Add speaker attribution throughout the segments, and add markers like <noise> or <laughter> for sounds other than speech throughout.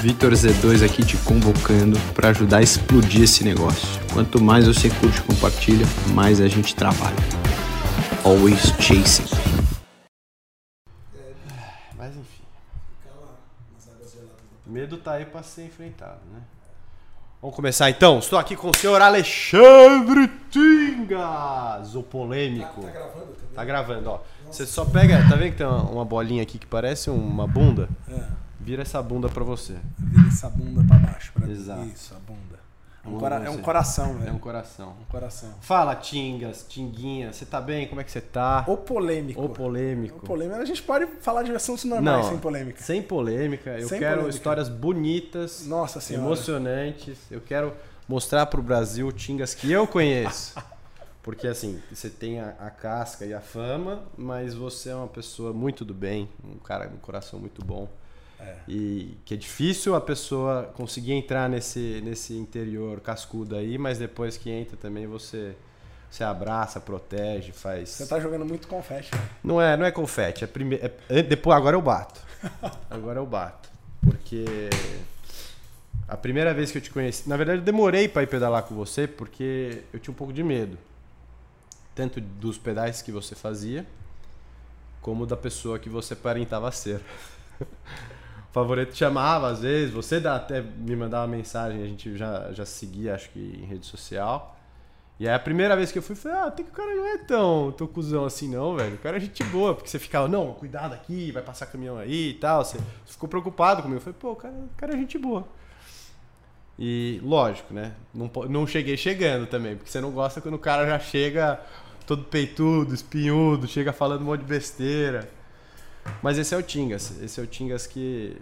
Speaker 1: Vitor Z2 aqui te convocando para ajudar a explodir esse negócio. Quanto mais você curte e compartilha, mais a gente trabalha. Always chasing.
Speaker 2: Mas enfim. Medo tá aí pra ser enfrentado, né? Vamos começar então. Estou aqui com o senhor Alexandre Tingas, o polêmico. Tá, gravando também? Tá gravando, ó. Você só pega. Tá vendo que tem uma, uma bolinha aqui que parece uma bunda?
Speaker 3: É,
Speaker 2: Vira essa bunda pra você.
Speaker 3: vira essa bunda pra baixo. Pra
Speaker 2: Exato.
Speaker 3: Isso, a bunda. É um,
Speaker 2: Bunda,
Speaker 3: cora- é um
Speaker 2: sim.
Speaker 3: coração, velho.
Speaker 2: É um coração.
Speaker 3: um coração.
Speaker 2: Fala, Tingas, Tinguinha. Você tá bem? Como é que você tá?
Speaker 3: O polêmico.
Speaker 2: Ô, polêmico.
Speaker 3: O polêmico. A gente pode falar de assuntos
Speaker 2: Não,
Speaker 3: normais é sem polêmica.
Speaker 2: Sem polêmica. Eu
Speaker 3: Sem
Speaker 2: quero
Speaker 3: polêmica.
Speaker 2: histórias bonitas,
Speaker 3: Nossa senhora.
Speaker 2: emocionantes. Eu quero mostrar pro Brasil Tingas que eu
Speaker 3: <laughs>
Speaker 2: conheço. Porque assim, você tem a, a casca e a fama, mas você é uma pessoa muito do bem, um cara com um coração muito bom.
Speaker 3: É.
Speaker 2: E que é difícil a pessoa conseguir entrar nesse, nesse interior cascudo aí, mas depois que entra também você, você abraça, protege, faz.
Speaker 3: Você tá jogando muito confete, velho.
Speaker 2: Não é, não é confete, é primeiro. depois, agora eu bato. Agora eu bato. Porque a primeira vez que eu te conheci. Na verdade, eu demorei pra ir pedalar com você porque eu tinha um pouco de medo. Tanto dos pedais que você fazia, como da pessoa que você aparentava ser. O favorito te chamava às vezes, você dá- até me mandava mensagem, a gente já, já seguia, acho que em rede social. E aí a primeira vez que eu fui, eu falei, ah, tem que o cara não é tão, tão cuzão assim não, velho. O cara é gente boa, porque você ficava, não, cuidado aqui, vai passar caminhão aí e tal. Você ficou preocupado comigo. Eu falei, pô, o cara, o cara é gente boa. E lógico, né? Não, po- não cheguei chegando também, porque você não gosta quando o cara já chega todo peitudo, espinhudo, chega falando um monte de besteira. Mas esse é o Tingas. Esse é o Tingas que,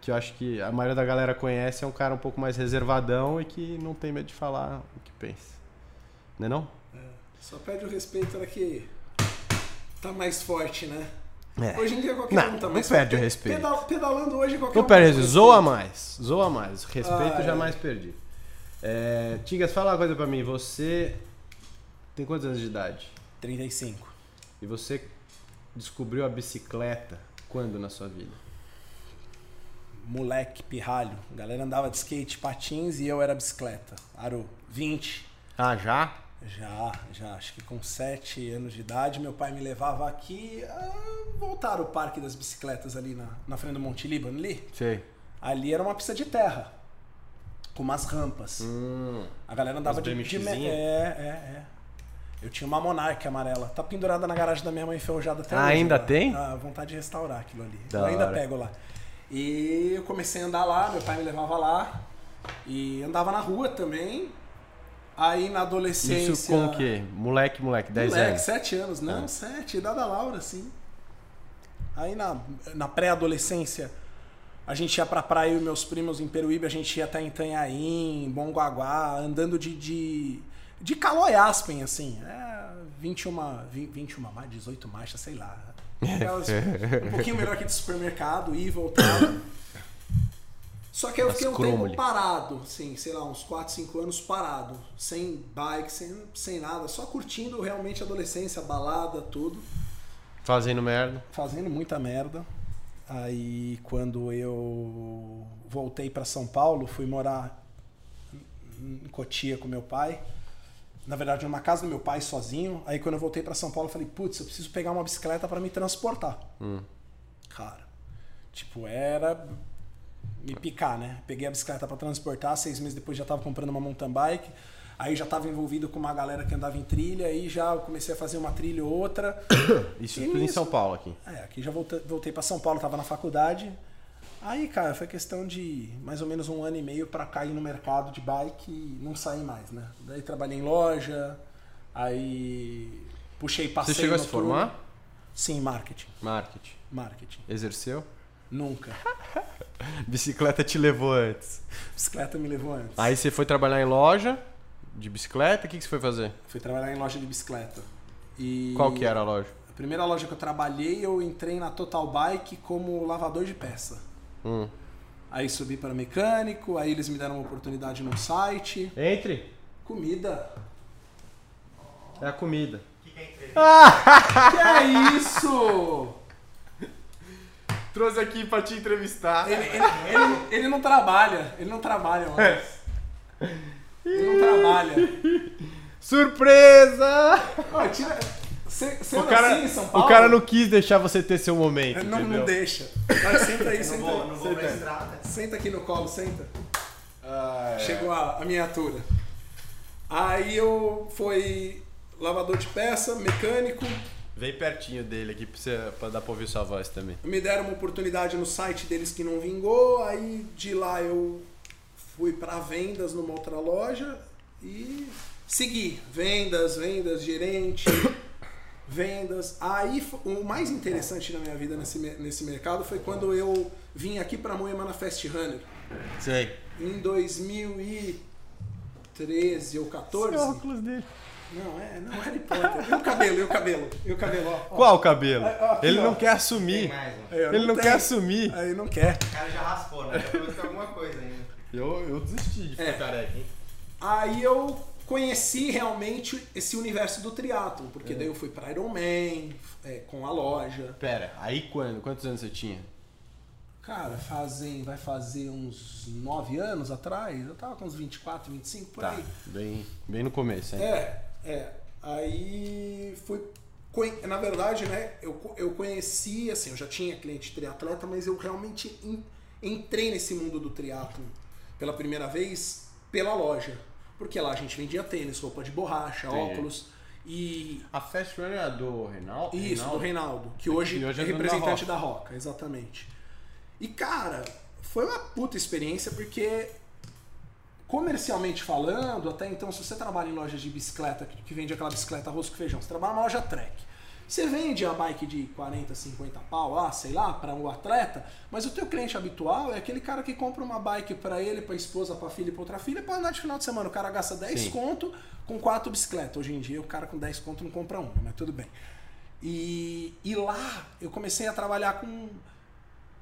Speaker 2: que eu acho que a maioria da galera conhece. É um cara um pouco mais reservadão e que não tem medo de falar o que pensa. Não é não?
Speaker 3: Só pede o respeito da que tá mais forte, né?
Speaker 2: É.
Speaker 3: Hoje em dia qualquer
Speaker 2: Não,
Speaker 3: um tá
Speaker 2: não
Speaker 3: mais
Speaker 2: perde o
Speaker 3: Pe-
Speaker 2: respeito.
Speaker 3: pedal- pedalando hoje qualquer
Speaker 2: Não
Speaker 3: um.
Speaker 2: perde,
Speaker 3: tá mais
Speaker 2: zoa
Speaker 3: respeito.
Speaker 2: mais. Zoa mais. Respeito
Speaker 3: Ah, é.
Speaker 2: jamais perdi. É, Tingas, fala uma coisa pra mim. Você tem quantos anos de idade?
Speaker 3: 35.
Speaker 2: E você descobriu a bicicleta quando na sua vida?
Speaker 3: Moleque, pirralho. A galera andava de skate, patins e eu era bicicleta. Aro, 20.
Speaker 2: Ah, já?
Speaker 3: Já, já. Acho que com sete anos de idade, meu pai me levava aqui a voltar o parque das bicicletas ali na, na frente do Monte Líbano ali.
Speaker 2: Sei.
Speaker 3: Ali era uma pista de terra, com umas rampas.
Speaker 2: Hum.
Speaker 3: a galera andava
Speaker 2: umas
Speaker 3: de, de... me-
Speaker 2: BMXzinha?
Speaker 3: É, é, é. Eu tinha uma Monark amarela. Tá pendurada na garagem da minha mãe enferrujada até
Speaker 2: Ah,
Speaker 3: hoje.
Speaker 2: ainda
Speaker 3: lá.
Speaker 2: tem?
Speaker 3: Ah, vontade de restaurar aquilo ali.
Speaker 2: Da
Speaker 3: eu ainda
Speaker 2: hora.
Speaker 3: pego lá. E eu comecei a andar lá, meu pai me levava lá. E andava na rua também. Aí na adolescência...
Speaker 2: Isso com o quê? Moleque, moleque, 10
Speaker 3: Moleque,
Speaker 2: anos.
Speaker 3: sete anos. Não, sete. Idade da Laura, sim. Aí na, na pré-adolescência, a gente ia pra praia eu e meus primos em Peruíbe, a gente ia até em Tanhaém, em Bonguaguá, andando de... de, de caloiaspen, assim. É, 21, vi- 21 mais, 18 marchas, sei lá. Aquelas- um pouquinho melhor que de supermercado, ir e voltar. Só que eu
Speaker 2: Mas
Speaker 3: fiquei um
Speaker 2: Cromley.
Speaker 3: tempo parado, assim, sei lá, uns 4, 5 anos parado. Sem bike, sem, sem nada, só curtindo realmente a adolescência, balada, tudo.
Speaker 2: Fazendo merda.
Speaker 3: Fazendo muita merda. Aí quando eu voltei pra São Paulo, fui morar em Cotia com meu pai. Na verdade, numa casa do meu pai sozinho. Aí quando eu voltei pra São Paulo, eu falei, putz, eu preciso pegar uma bicicleta pra me transportar. Cara, tipo, era me picar, né? Peguei a bicicleta pra transportar, seis meses depois já tava comprando uma mountain bike. Aí já tava envolvido com uma galera que andava em trilha, aí já comecei a fazer uma trilha ou outra.
Speaker 2: Isso
Speaker 3: Que
Speaker 2: tudo em
Speaker 3: isso?
Speaker 2: São Paulo aqui.
Speaker 3: É, aqui já voltei, voltei para São Paulo, tava na faculdade. Aí, cara, foi questão de mais ou menos um ano e meio para cair no mercado de bike e não sair mais, né? Daí trabalhei em loja, aí puxei
Speaker 2: Você
Speaker 3: passeio
Speaker 2: chegou a se
Speaker 3: noturno.
Speaker 2: formar?
Speaker 3: Sim, marketing,
Speaker 2: Marketing.
Speaker 3: marketing.
Speaker 2: Exerceu? <laughs>
Speaker 3: Nunca.
Speaker 2: Bicicleta te levou antes.
Speaker 3: Bicicleta me levou antes.
Speaker 2: Aí você foi trabalhar em loja de bicicleta? O que, que você foi fazer?
Speaker 3: Fui trabalhar em loja de bicicleta. E
Speaker 2: Qual que era a loja?
Speaker 3: A primeira loja que eu trabalhei, eu entrei na Total Bike como lavador de peça.
Speaker 2: Hum.
Speaker 3: Aí subi para mecânico, aí eles me deram uma oportunidade num site.
Speaker 2: Entre.
Speaker 3: Comida.
Speaker 2: É a comida.
Speaker 3: Que é isso?
Speaker 2: trouxe aqui pra te entrevistar.
Speaker 3: Ele, ele, ele, ele não trabalha, ele não trabalha
Speaker 2: É.
Speaker 3: mais. Ele não trabalha.
Speaker 2: Surpresa!
Speaker 3: Ó, tira, se- sendo
Speaker 2: O cara,
Speaker 3: assim em São Paulo,
Speaker 2: o cara não quis deixar você ter seu momento.
Speaker 3: não, não
Speaker 2: entendeu?
Speaker 3: deixa. Vai, senta aí, senta,
Speaker 4: Vou, não vou pra
Speaker 3: senta,
Speaker 4: estrada.
Speaker 3: senta aqui no colo, senta.
Speaker 2: Ah, é.
Speaker 3: Chegou a, a miniatura. Aí eu fui lavador de peça, mecânico.
Speaker 2: Vem pertinho dele aqui pra, você, pra dar pra ouvir sua voz também.
Speaker 3: Me deram uma oportunidade no site deles que não vingou. Aí de lá eu fui para vendas numa outra loja e segui. Vendas, vendas, gerente, <coughs> vendas. Aí fo- o mais interessante na minha vida nesse, mer- nesse mercado foi quando eu vim aqui para Moema na Fest Runner.
Speaker 2: Sei.
Speaker 3: Em 2013 ou 14.
Speaker 2: óculos dele.
Speaker 3: Não, é, não, Harry Potter. E o cabelo, e o cabelo, e o cabelo, ó. ó.
Speaker 2: Qual o cabelo?
Speaker 3: Ah, aqui,
Speaker 2: ele
Speaker 3: ó. É,
Speaker 2: não quer
Speaker 4: Tem
Speaker 2: assumir.
Speaker 4: mais, mano.
Speaker 3: Aí, ó,
Speaker 2: Ele não
Speaker 3: tem.
Speaker 2: quer assumir.
Speaker 3: Aí não quer.
Speaker 4: O cara já raspou, né? Já falou que tem alguma coisa ainda.
Speaker 2: Eu, eu desisti de ficar
Speaker 3: É.
Speaker 2: careca, hein?
Speaker 3: Aí eu conheci realmente esse universo do triatlo, porque daí eu fui pra Iron Man, é, com a loja.
Speaker 2: Pera, aí quando? Quantos anos você tinha?
Speaker 3: Cara, fazem, vai fazer uns 9 anos atrás, eu tava com uns 24, 25
Speaker 2: Tá.
Speaker 3: por aí.
Speaker 2: Bem, bem no começo, hein?
Speaker 3: É, é. Aí fui. conhe- Na verdade, né, eu, co- eu conheci, assim, eu já tinha cliente triatleta, mas eu realmente en- entrei nesse mundo do triatlo pela primeira vez pela loja. Porque lá a gente vendia tênis, roupa de borracha,
Speaker 2: Entendi.
Speaker 3: óculos e.
Speaker 2: A Fast Runner é a do Reinaldo?
Speaker 3: Isso, do Reinaldo, que hoje,
Speaker 2: que hoje é
Speaker 3: é
Speaker 2: dono da
Speaker 3: representante da Roca, exatamente. E cara, foi uma puta experiência porque comercialmente falando, até então, se você trabalha em lojas de bicicleta, que que vende aquela bicicleta rosto com feijão, você trabalha numa loja track. Você vende a bike de 40, 50 pau lá, sei lá, para um atleta, mas o teu cliente habitual é aquele cara que compra uma bike para ele, para esposa, para filha e para outra filha, para andar de final de semana. O cara gasta 10
Speaker 2: Sim.
Speaker 3: conto com quatro bicicletas. Hoje em dia, o cara com 10 conto não compra uma, mas tudo bem. E, e lá eu comecei a trabalhar com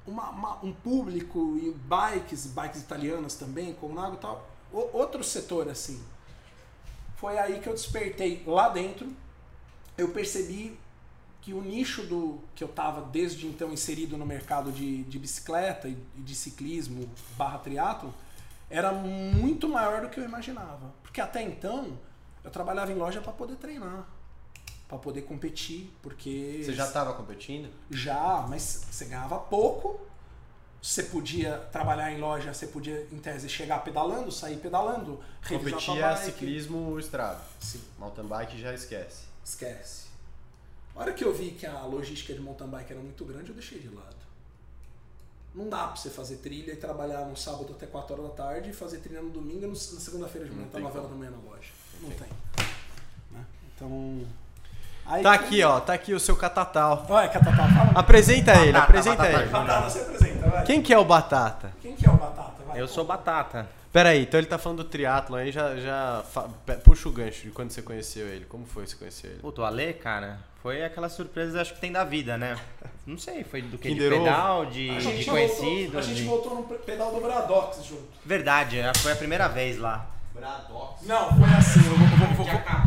Speaker 3: uma- uma- um público e bikes, bikes italianas também, com Nago e tal, o- outro setor assim. Foi aí que eu despertei lá dentro, eu percebi que o nicho do que eu estava desde então inserido no mercado de, de bicicleta e e de ciclismo barra triatlo era muito maior do que eu imaginava. Porque até então eu trabalhava em loja para poder treinar, para poder competir, porque
Speaker 2: Você já tava competindo?
Speaker 3: já, mas você ganhava pouco. Você podia trabalhar em loja, você podia, em tese, chegar pedalando, sair pedalando, revisar tua
Speaker 2: Competia
Speaker 3: bike.
Speaker 2: é ciclismo estrada.
Speaker 3: Sim,
Speaker 2: Mountain bike já esquece.
Speaker 3: esquece. A hora que eu vi que a logística de mountain bike era muito grande, eu deixei de lado. Não dá pra você fazer trilha e trabalhar no sábado até 4 horas da tarde e fazer trilha no domingo e no- na segunda-feira de manhã, tá
Speaker 2: tem
Speaker 3: 9 horas da manhã na loja. Não tem. Né? Então. aí
Speaker 2: Tá
Speaker 3: que-
Speaker 2: aqui, ó. Tá aqui o seu catatal.
Speaker 3: Vai, Catatá, fala.
Speaker 2: Apresenta ele, apresenta
Speaker 4: batata.
Speaker 2: ele.
Speaker 3: Batata, você apresenta, vai.
Speaker 2: Quem que é o Batata?
Speaker 3: Quem que é o Batata? Vai.
Speaker 4: Eu sou batata.
Speaker 2: Pera aí, então ele tá falando do triatlo aí, já, já fa- pe- puxa o gancho de quando você conheceu ele. Como foi que você conheceu ele?
Speaker 4: Puto, o Ale, cara, foi aquelas surpresas acho que tem da vida, né? Não sei, foi do que?
Speaker 2: Kinder
Speaker 4: de
Speaker 2: Ovo.
Speaker 4: pedal, de,
Speaker 3: A
Speaker 4: de
Speaker 3: gente
Speaker 4: conhecido. né?
Speaker 3: voltou, a gente
Speaker 4: de-
Speaker 3: voltou no pre- pedal do Bradox junto.
Speaker 4: Verdade, é, foi a primeira vez lá.
Speaker 2: Bradox.
Speaker 3: Não, foi assim. Eu vou,
Speaker 4: tá.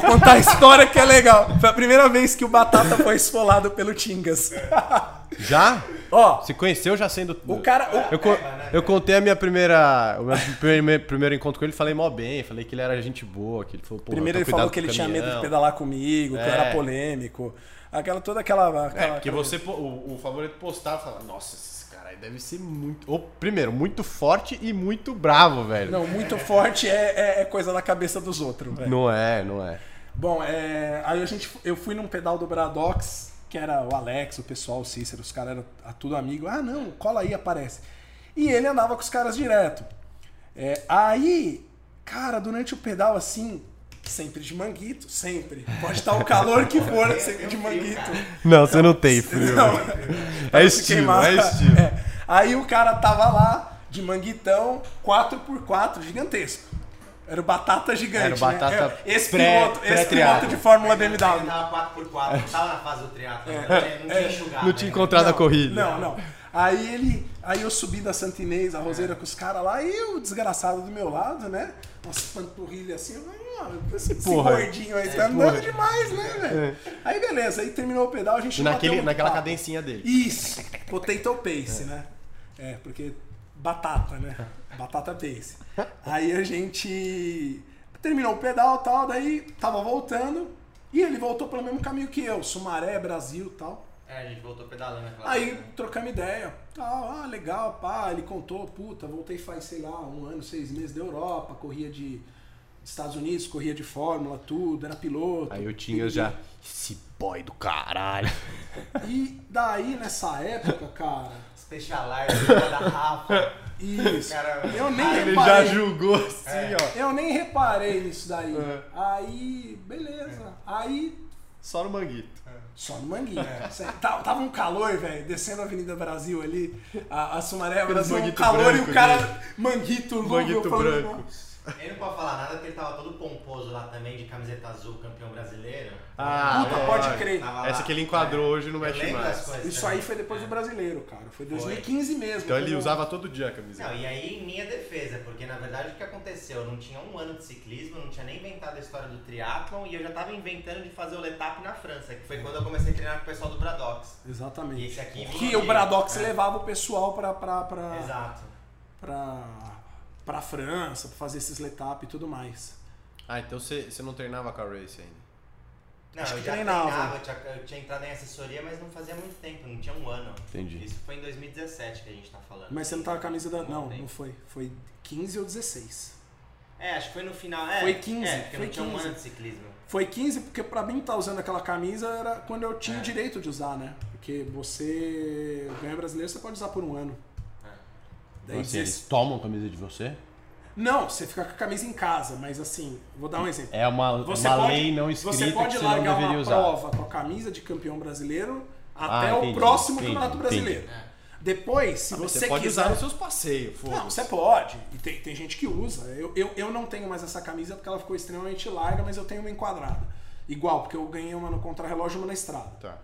Speaker 3: contar a história que é legal. Foi a primeira vez que o Batata foi esfolado pelo Tingas.
Speaker 2: Já?
Speaker 3: <laughs> Ó,
Speaker 2: Se conheceu já sendo.
Speaker 3: o cara.
Speaker 2: Eu, co- eu contei a minha primeira. O meu primeiro, primeiro encontro com ele, falei mó bem, falei que ele era gente boa, que ele falou, pô,
Speaker 3: primeiro
Speaker 2: toma
Speaker 3: ele falou
Speaker 2: cuidado
Speaker 3: que ele
Speaker 2: com o
Speaker 3: tinha medo de
Speaker 2: caminhão.
Speaker 3: pedalar comigo, que eu era
Speaker 2: É.
Speaker 3: polêmico. Aquela, toda aquela.
Speaker 2: É,
Speaker 3: aquela-
Speaker 2: porque você, pô, o, o favorito postar, fala, nossa, esse cara aí deve ser muito. Ô, primeiro, muito forte e muito bravo, velho.
Speaker 3: Não, muito forte é, é- é coisa da cabeça dos outros, velho.
Speaker 2: Não é, não é.
Speaker 3: Bom, é, aí a gente, eu fui num pedal do Bradox, que era o Alex, o pessoal, o Cícero, os caras eram a- tudo amigo. Ah, não, cola aí, aparece. E ele andava com os caras direto. É, aí, cara, durante o pedal assim, sempre de manguito, sempre. Pode estar o calor que for, sempre de manguito.
Speaker 2: Não, você não tem frio.
Speaker 3: <laughs> Não.
Speaker 2: É
Speaker 3: Se
Speaker 2: estilo,
Speaker 3: queimar.
Speaker 2: é
Speaker 3: <laughs>
Speaker 2: estilo.
Speaker 3: É. Aí o cara tava lá de manguitão, 4x4, gigantesco. Era o batata gigante.
Speaker 2: Era o
Speaker 3: né?
Speaker 2: Batata
Speaker 3: É, esse
Speaker 2: pré-
Speaker 3: piloto, esse
Speaker 2: pré-triatlo.
Speaker 3: piloto de Fórmula BMW.
Speaker 4: Eu andava 4x4, não tava na fase do triatlo, né? não tinha enxugado.
Speaker 2: É. Não tinha
Speaker 4: ainda.
Speaker 2: encontrado a
Speaker 3: Não,
Speaker 2: corrida.
Speaker 3: Não, não. Aí ele. Aí eu subi da Santinês, a roseira
Speaker 2: É.
Speaker 3: com os caras lá, e o desgraçado do meu lado, né? Umas panturrilhas assim, eu falei, "Ah, esse, esse
Speaker 2: porra. É.
Speaker 3: gordinho aí tá andando demais, né, velho? Aí beleza, aí terminou o pedal, a gente
Speaker 2: Naquele,
Speaker 3: bateu muito
Speaker 2: naquela
Speaker 3: papo.
Speaker 2: cadencinha dele.
Speaker 3: Isso, potato pace, né? É, porque batata, né? Batata pace. Aí a gente terminou o pedal e tal, daí tava voltando e ele voltou pelo mesmo caminho que eu, Sumaré, Brasil e tal.
Speaker 4: É, a gente voltou pedalando aquela
Speaker 3: Aí trocamos ideia, tal, ah, legal, pá, ele contou, puta, voltei faz, sei lá, um ano, seis meses da Europa, corria de Estados Unidos, corria de Fórmula, tudo, era piloto.
Speaker 2: Aí eu tinha já. Esse boy do
Speaker 3: <laughs>
Speaker 2: caralho.
Speaker 3: E daí, nessa época,
Speaker 2: <laughs>
Speaker 3: cara,
Speaker 4: Specialized, né, da Rafa.
Speaker 3: isso,
Speaker 4: Cara,
Speaker 3: eu nem
Speaker 2: Ele já
Speaker 3: reparei.
Speaker 2: julgou assim, ó.
Speaker 3: Eu nem reparei nisso daí.
Speaker 2: É.
Speaker 3: Aí, beleza. Aí,
Speaker 2: Só no manguito.
Speaker 3: só no manguinho.
Speaker 2: É.
Speaker 3: Certo. Tava tava um calor, velho, descendo a Avenida Brasil ali, a, a Sumaré Brasil, um
Speaker 2: manguito
Speaker 3: calor
Speaker 2: branco,
Speaker 3: e o cara manguito lugo.
Speaker 2: Manguito
Speaker 3: eu né? falando,
Speaker 2: branco.
Speaker 4: Ele não pode falar nada porque ele tava todo pomposo lá também, de camiseta azul, campeão brasileiro.
Speaker 2: Ah,
Speaker 3: Puta,
Speaker 2: é,
Speaker 3: pode
Speaker 2: olha.
Speaker 3: crer.
Speaker 4: Tava lá.
Speaker 2: Essa que ele enquadrou hoje não
Speaker 4: Eu
Speaker 2: mexe
Speaker 4: lembro das
Speaker 2: mais.
Speaker 4: coisas,
Speaker 3: Isso
Speaker 4: né?
Speaker 3: aí foi depois do brasileiro, cara. Foi 2015 mesmo.
Speaker 2: Então ele
Speaker 3: Foi no-
Speaker 2: usava todo dia a
Speaker 4: Não,
Speaker 2: camiseta.
Speaker 4: e aí em minha defesa, porque na verdade o que aconteceu? Eu não tinha um ano de ciclismo, não tinha nem inventado a história do triatlon e eu já tava inventando de fazer o Letap na França, que foi quando eu comecei a treinar com o pessoal do Bradox.
Speaker 3: Exatamente.
Speaker 4: Esse aqui
Speaker 3: que
Speaker 4: vinha
Speaker 3: o Bradox
Speaker 4: aqui, né?
Speaker 3: levava o pessoal pra, pra, pra,
Speaker 4: Exato.
Speaker 3: pra, pra França, pra fazer esses letap e tudo mais.
Speaker 2: Ah, então você você não treinava com a Race ainda.
Speaker 4: Não,
Speaker 3: Acho
Speaker 4: eu
Speaker 3: que
Speaker 4: já
Speaker 3: treinava.
Speaker 4: treinava, eu tinha, eu tinha entrado em assessoria, mas não fazia muito tempo, não tinha um ano.
Speaker 2: Entendi.
Speaker 4: Isso foi em 2017 que a gente tá falando.
Speaker 3: Mas você não tava com a camisa da. Não,
Speaker 4: Ontem.
Speaker 3: não foi. Foi 15 ou 16.
Speaker 4: É, acho que foi no final. É,
Speaker 3: Foi 15,
Speaker 4: É, porque
Speaker 3: foi
Speaker 4: não tinha um
Speaker 3: 15.
Speaker 4: ano de ciclismo.
Speaker 3: Foi 15 porque pra mim estar usando aquela camisa era quando eu tinha
Speaker 4: É.
Speaker 3: o direito de usar, né? Porque você ganha brasileiro, você pode usar por um ano. Daí
Speaker 2: é
Speaker 3: dezesse-
Speaker 2: Assim, tomam camisa de você?
Speaker 3: Não, você fica com a camisa em casa, mas assim, vou dar um exemplo.
Speaker 2: É uma,
Speaker 3: Você pode, você pode largar uma prova com a camisa de campeão brasileiro até o
Speaker 2: Ah, entendi,
Speaker 3: próximo
Speaker 2: entendi,
Speaker 3: campeonato
Speaker 2: entendi. Ah,
Speaker 3: brasileiro. Depois, se você,
Speaker 2: Você, pode
Speaker 3: quiser.
Speaker 2: usar nos seus passeios, foda
Speaker 3: Não, você pode. E tem, tem gente que usa. Eu, eu, eu não tenho mais essa camisa porque ela ficou extremamente larga, mas eu tenho uma enquadrada. Igual, porque eu ganhei uma no contrarrelógio e uma na estrada.
Speaker 2: Tá.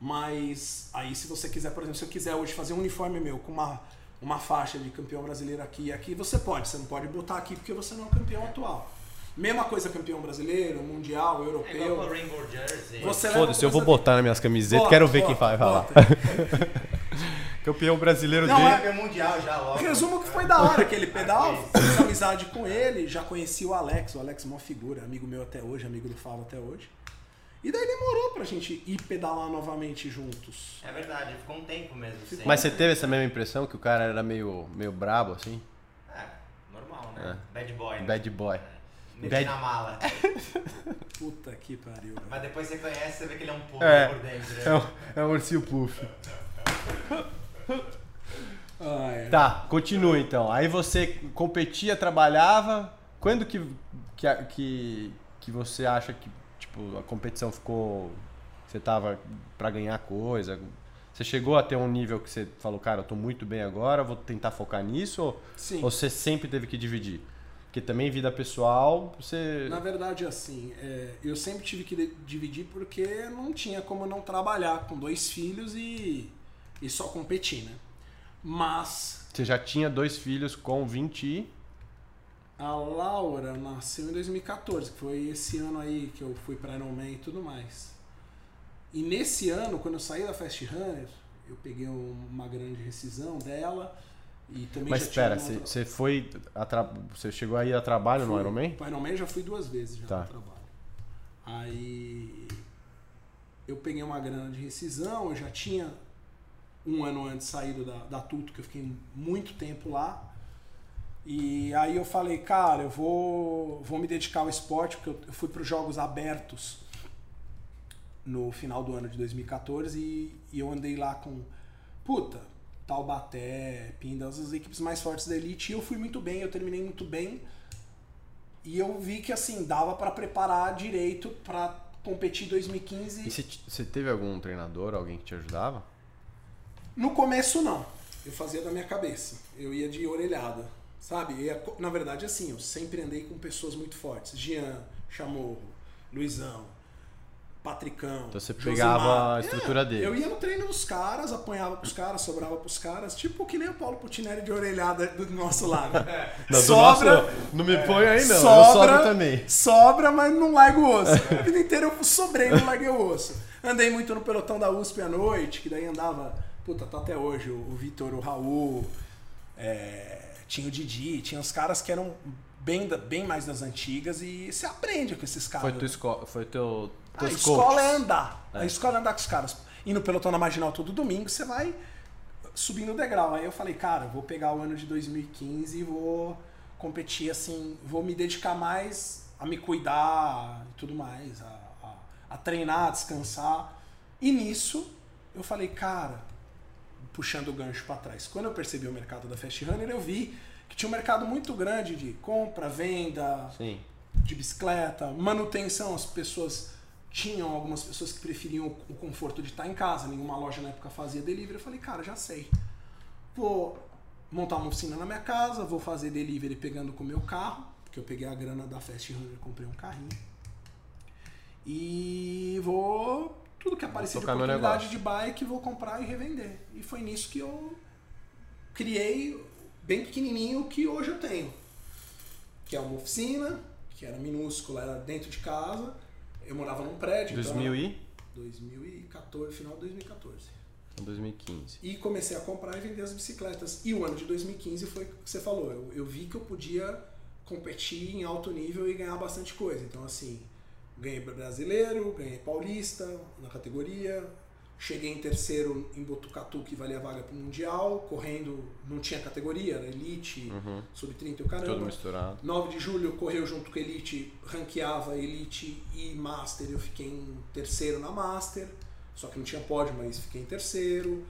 Speaker 3: Mas aí se você quiser, por exemplo, se eu quiser hoje fazer um uniforme meu com uma, uma faixa de campeão brasileiro aqui e aqui, você pode. Você não pode botar aqui porque você não é o campeão atual. Mesma coisa campeão brasileiro, mundial,
Speaker 4: É igual com
Speaker 3: europeu.
Speaker 4: o Rainbow Jersey.
Speaker 3: Você leva
Speaker 2: Foda-se, eu vou
Speaker 3: camisa-
Speaker 2: botar nas minhas camisetas,
Speaker 3: Bota,
Speaker 2: quero ver
Speaker 3: bota,
Speaker 2: quem vai falar.
Speaker 3: bota.
Speaker 2: Campeão brasileiro
Speaker 3: Não,
Speaker 2: dele.
Speaker 3: é-
Speaker 4: Campeão mundial já logo.
Speaker 3: Resumo que foi da hora aquele pedal, fiz amizade com ele, já conheci o Alex, o Alex é uma figura, amigo meu até hoje, amigo do Fábio até hoje. E daí demorou pra gente ir pedalar novamente juntos.
Speaker 4: É verdade, ficou um tempo mesmo. sem.
Speaker 2: Mas você teve essa mesma impressão que o cara era meio, meio brabo, assim?
Speaker 4: É, normal, né? Bad boy. né?
Speaker 2: É. Bad boy.
Speaker 4: Mete
Speaker 2: bad-
Speaker 4: na mala.
Speaker 3: Puta que pariu. né? velho.
Speaker 4: Mas depois você conhece, você vê que ele é um porco
Speaker 2: É.
Speaker 4: por dentro. né?
Speaker 2: É um, é um ursinho puff.
Speaker 3: Ah, é.
Speaker 2: Tá, continua então. Aí você competia, trabalhava. Quando que, que, a- que, que você acha que tipo, a competição ficou. Você tava pra ganhar coisa? Você chegou a ter um nível que você falou, cara, eu tô muito bem agora, vou tentar focar nisso? Ou,
Speaker 3: Sim.
Speaker 2: ou você sempre teve que dividir? Porque também vida pessoal, você.
Speaker 3: Na verdade, assim, é, eu sempre tive que de- dividir porque não tinha como não trabalhar com dois filhos e, e só competir, né? Mas
Speaker 2: Você já tinha dois filhos com 20 e.
Speaker 3: a Laura nasceu em 2014, que foi esse ano aí que eu fui pra Ironman e tudo mais. E nesse ano, quando eu saí da Fast Runner, eu peguei um- uma grande rescisão dela e também
Speaker 2: Mas
Speaker 3: já
Speaker 2: espera,
Speaker 3: tinha um
Speaker 2: você
Speaker 3: uma outra-
Speaker 2: você foi. a tra- Você chegou aí a trabalho no
Speaker 3: Fui.
Speaker 2: Ironman?
Speaker 3: Pro Ironman eu já fui duas vezes já
Speaker 2: Tá.
Speaker 3: no trabalho. Aí eu peguei uma grana de rescisão, eu já tinha um ano antes saído da, da Tuto, que eu fiquei muito tempo lá. E aí eu falei, cara, eu vou, vou me dedicar ao esporte, porque eu- eu fui para os Jogos Abertos no final do ano de 2014 e, e eu andei lá com, puta, Taubaté, Pindas, as equipes mais fortes da elite, e eu fui muito bem, eu terminei muito bem. E eu vi que, assim, dava pra preparar direito pra competir
Speaker 2: E
Speaker 3: 2015.
Speaker 2: você t- você teve algum treinador, alguém que te ajudava?
Speaker 3: No começo, não. Eu fazia da minha cabeça. Eu ia de orelhada, sabe? Eu ia co- na verdade, assim, eu sempre andei com pessoas muito fortes. Jean, Chamorro, Luizão, Patricão.
Speaker 2: Então você
Speaker 3: Josimar.
Speaker 2: pegava a
Speaker 3: É,
Speaker 2: estrutura dele.
Speaker 3: Eu ia no treino dos caras, apanhava pros caras, sobrava pros caras, tipo que nem o Paulo Putinelli de orelhada do nosso lado.
Speaker 2: Não, do
Speaker 3: sobra,
Speaker 2: nosso não. Não me põe aí não, eu
Speaker 3: sobra,
Speaker 2: sobro também.
Speaker 3: sobra, mas não larga o osso. A vida inteira eu sobrei e não larguei o osso. Andei muito no pelotão da USP à noite, que daí andava, puta, tá até hoje, o, o Vitor, o Raul, é, tinha o Didi, tinha os caras que eram bem, da- bem mais das antigas e você aprende com esses caras.
Speaker 2: Foi tua escola, foi teu
Speaker 3: A
Speaker 2: teus
Speaker 3: escola
Speaker 2: coaches.
Speaker 3: é andar. A escola é andar com os caras. E no pelotão na marginal todo domingo, você vai subindo o degrau. Aí eu falei, cara, eu vou pegar o ano de 2015 e vou competir assim, vou me dedicar mais a me cuidar e tudo mais, a, a- a treinar, a descansar. E nisso eu falei, cara, puxando o gancho para trás. Quando eu percebi o mercado da Fast Runner, eu vi que tinha um mercado muito grande de compra, venda,
Speaker 2: Sim.
Speaker 3: de bicicleta, manutenção, as pessoas tinham algumas pessoas que preferiam o conforto de estar em casa, nenhuma loja na época fazia delivery. Eu falei, cara, já sei. Vou montar uma oficina na minha casa, vou fazer delivery pegando com o meu carro, porque eu peguei a grana da Fast Runner, comprei um carrinho. E vou tudo que aparecer de
Speaker 2: tocar meu
Speaker 3: oportunidade
Speaker 2: negócio.
Speaker 3: de bike, vou comprar e revender. E foi nisso que eu criei bem pequenininho o que hoje eu tenho que é uma oficina, que era minúscula, era dentro de casa. Eu morava num prédio.
Speaker 2: 2000
Speaker 3: então,
Speaker 2: e
Speaker 3: 2014, final de 2014.
Speaker 2: 2015.
Speaker 3: E comecei a comprar e vender as bicicletas. E o ano de 2015 foi o que você falou. Eu, eu vi que eu podia competir em alto nível e ganhar bastante coisa. Então, assim, ganhei brasileiro, ganhei paulista na categoria. Cheguei em terceiro em Botucatu, que valia a vaga pro Mundial. Correndo, não tinha categoria, era elite, sub-30 e o caramba.
Speaker 2: Todo misturado.
Speaker 3: 9 de julho correu junto com a Elite, ranqueava Elite e Master. Eu fiquei em terceiro na Master, só que não tinha pódio, mas fiquei em terceiro.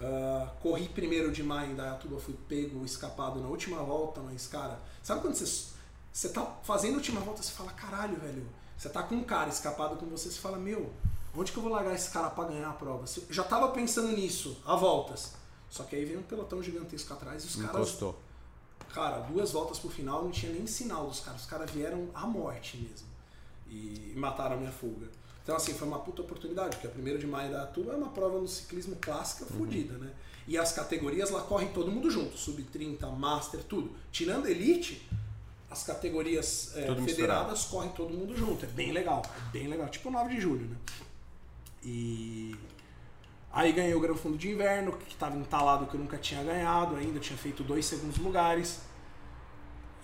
Speaker 3: Ah, corri primeiro de maio em Dayatuba, fui pego, escapado na última volta, mas cara, sabe quando você, você tá fazendo a última volta você fala, caralho, velho, você tá com um cara escapado com você, você fala, meu, onde que eu vou largar esse cara pra ganhar a prova? Você- Eu já tava pensando nisso, a voltas. Só que aí vem um pelotão gigantesco atrás e os caras
Speaker 2: Encostou.
Speaker 3: Cara, duas voltas pro final não tinha nem sinal dos caras. Os caras vieram à morte mesmo. E mataram a minha fuga. Então, assim, foi uma puta oportunidade, porque a 1 de maio da Tuba é uma prova no ciclismo clássica fodida, né? E as categorias lá correm todo mundo junto, sub-30, master, tudo. Tirando elite, as categorias eh,
Speaker 2: Tudo misturado.
Speaker 3: federadas correm todo mundo junto. É bem legal, é bem legal. Tipo 9 de julho, né? E Aí ganhei o Gran Fundo de Inverno, que estava entalado que eu nunca tinha ganhado ainda, eu tinha feito dois segundos lugares.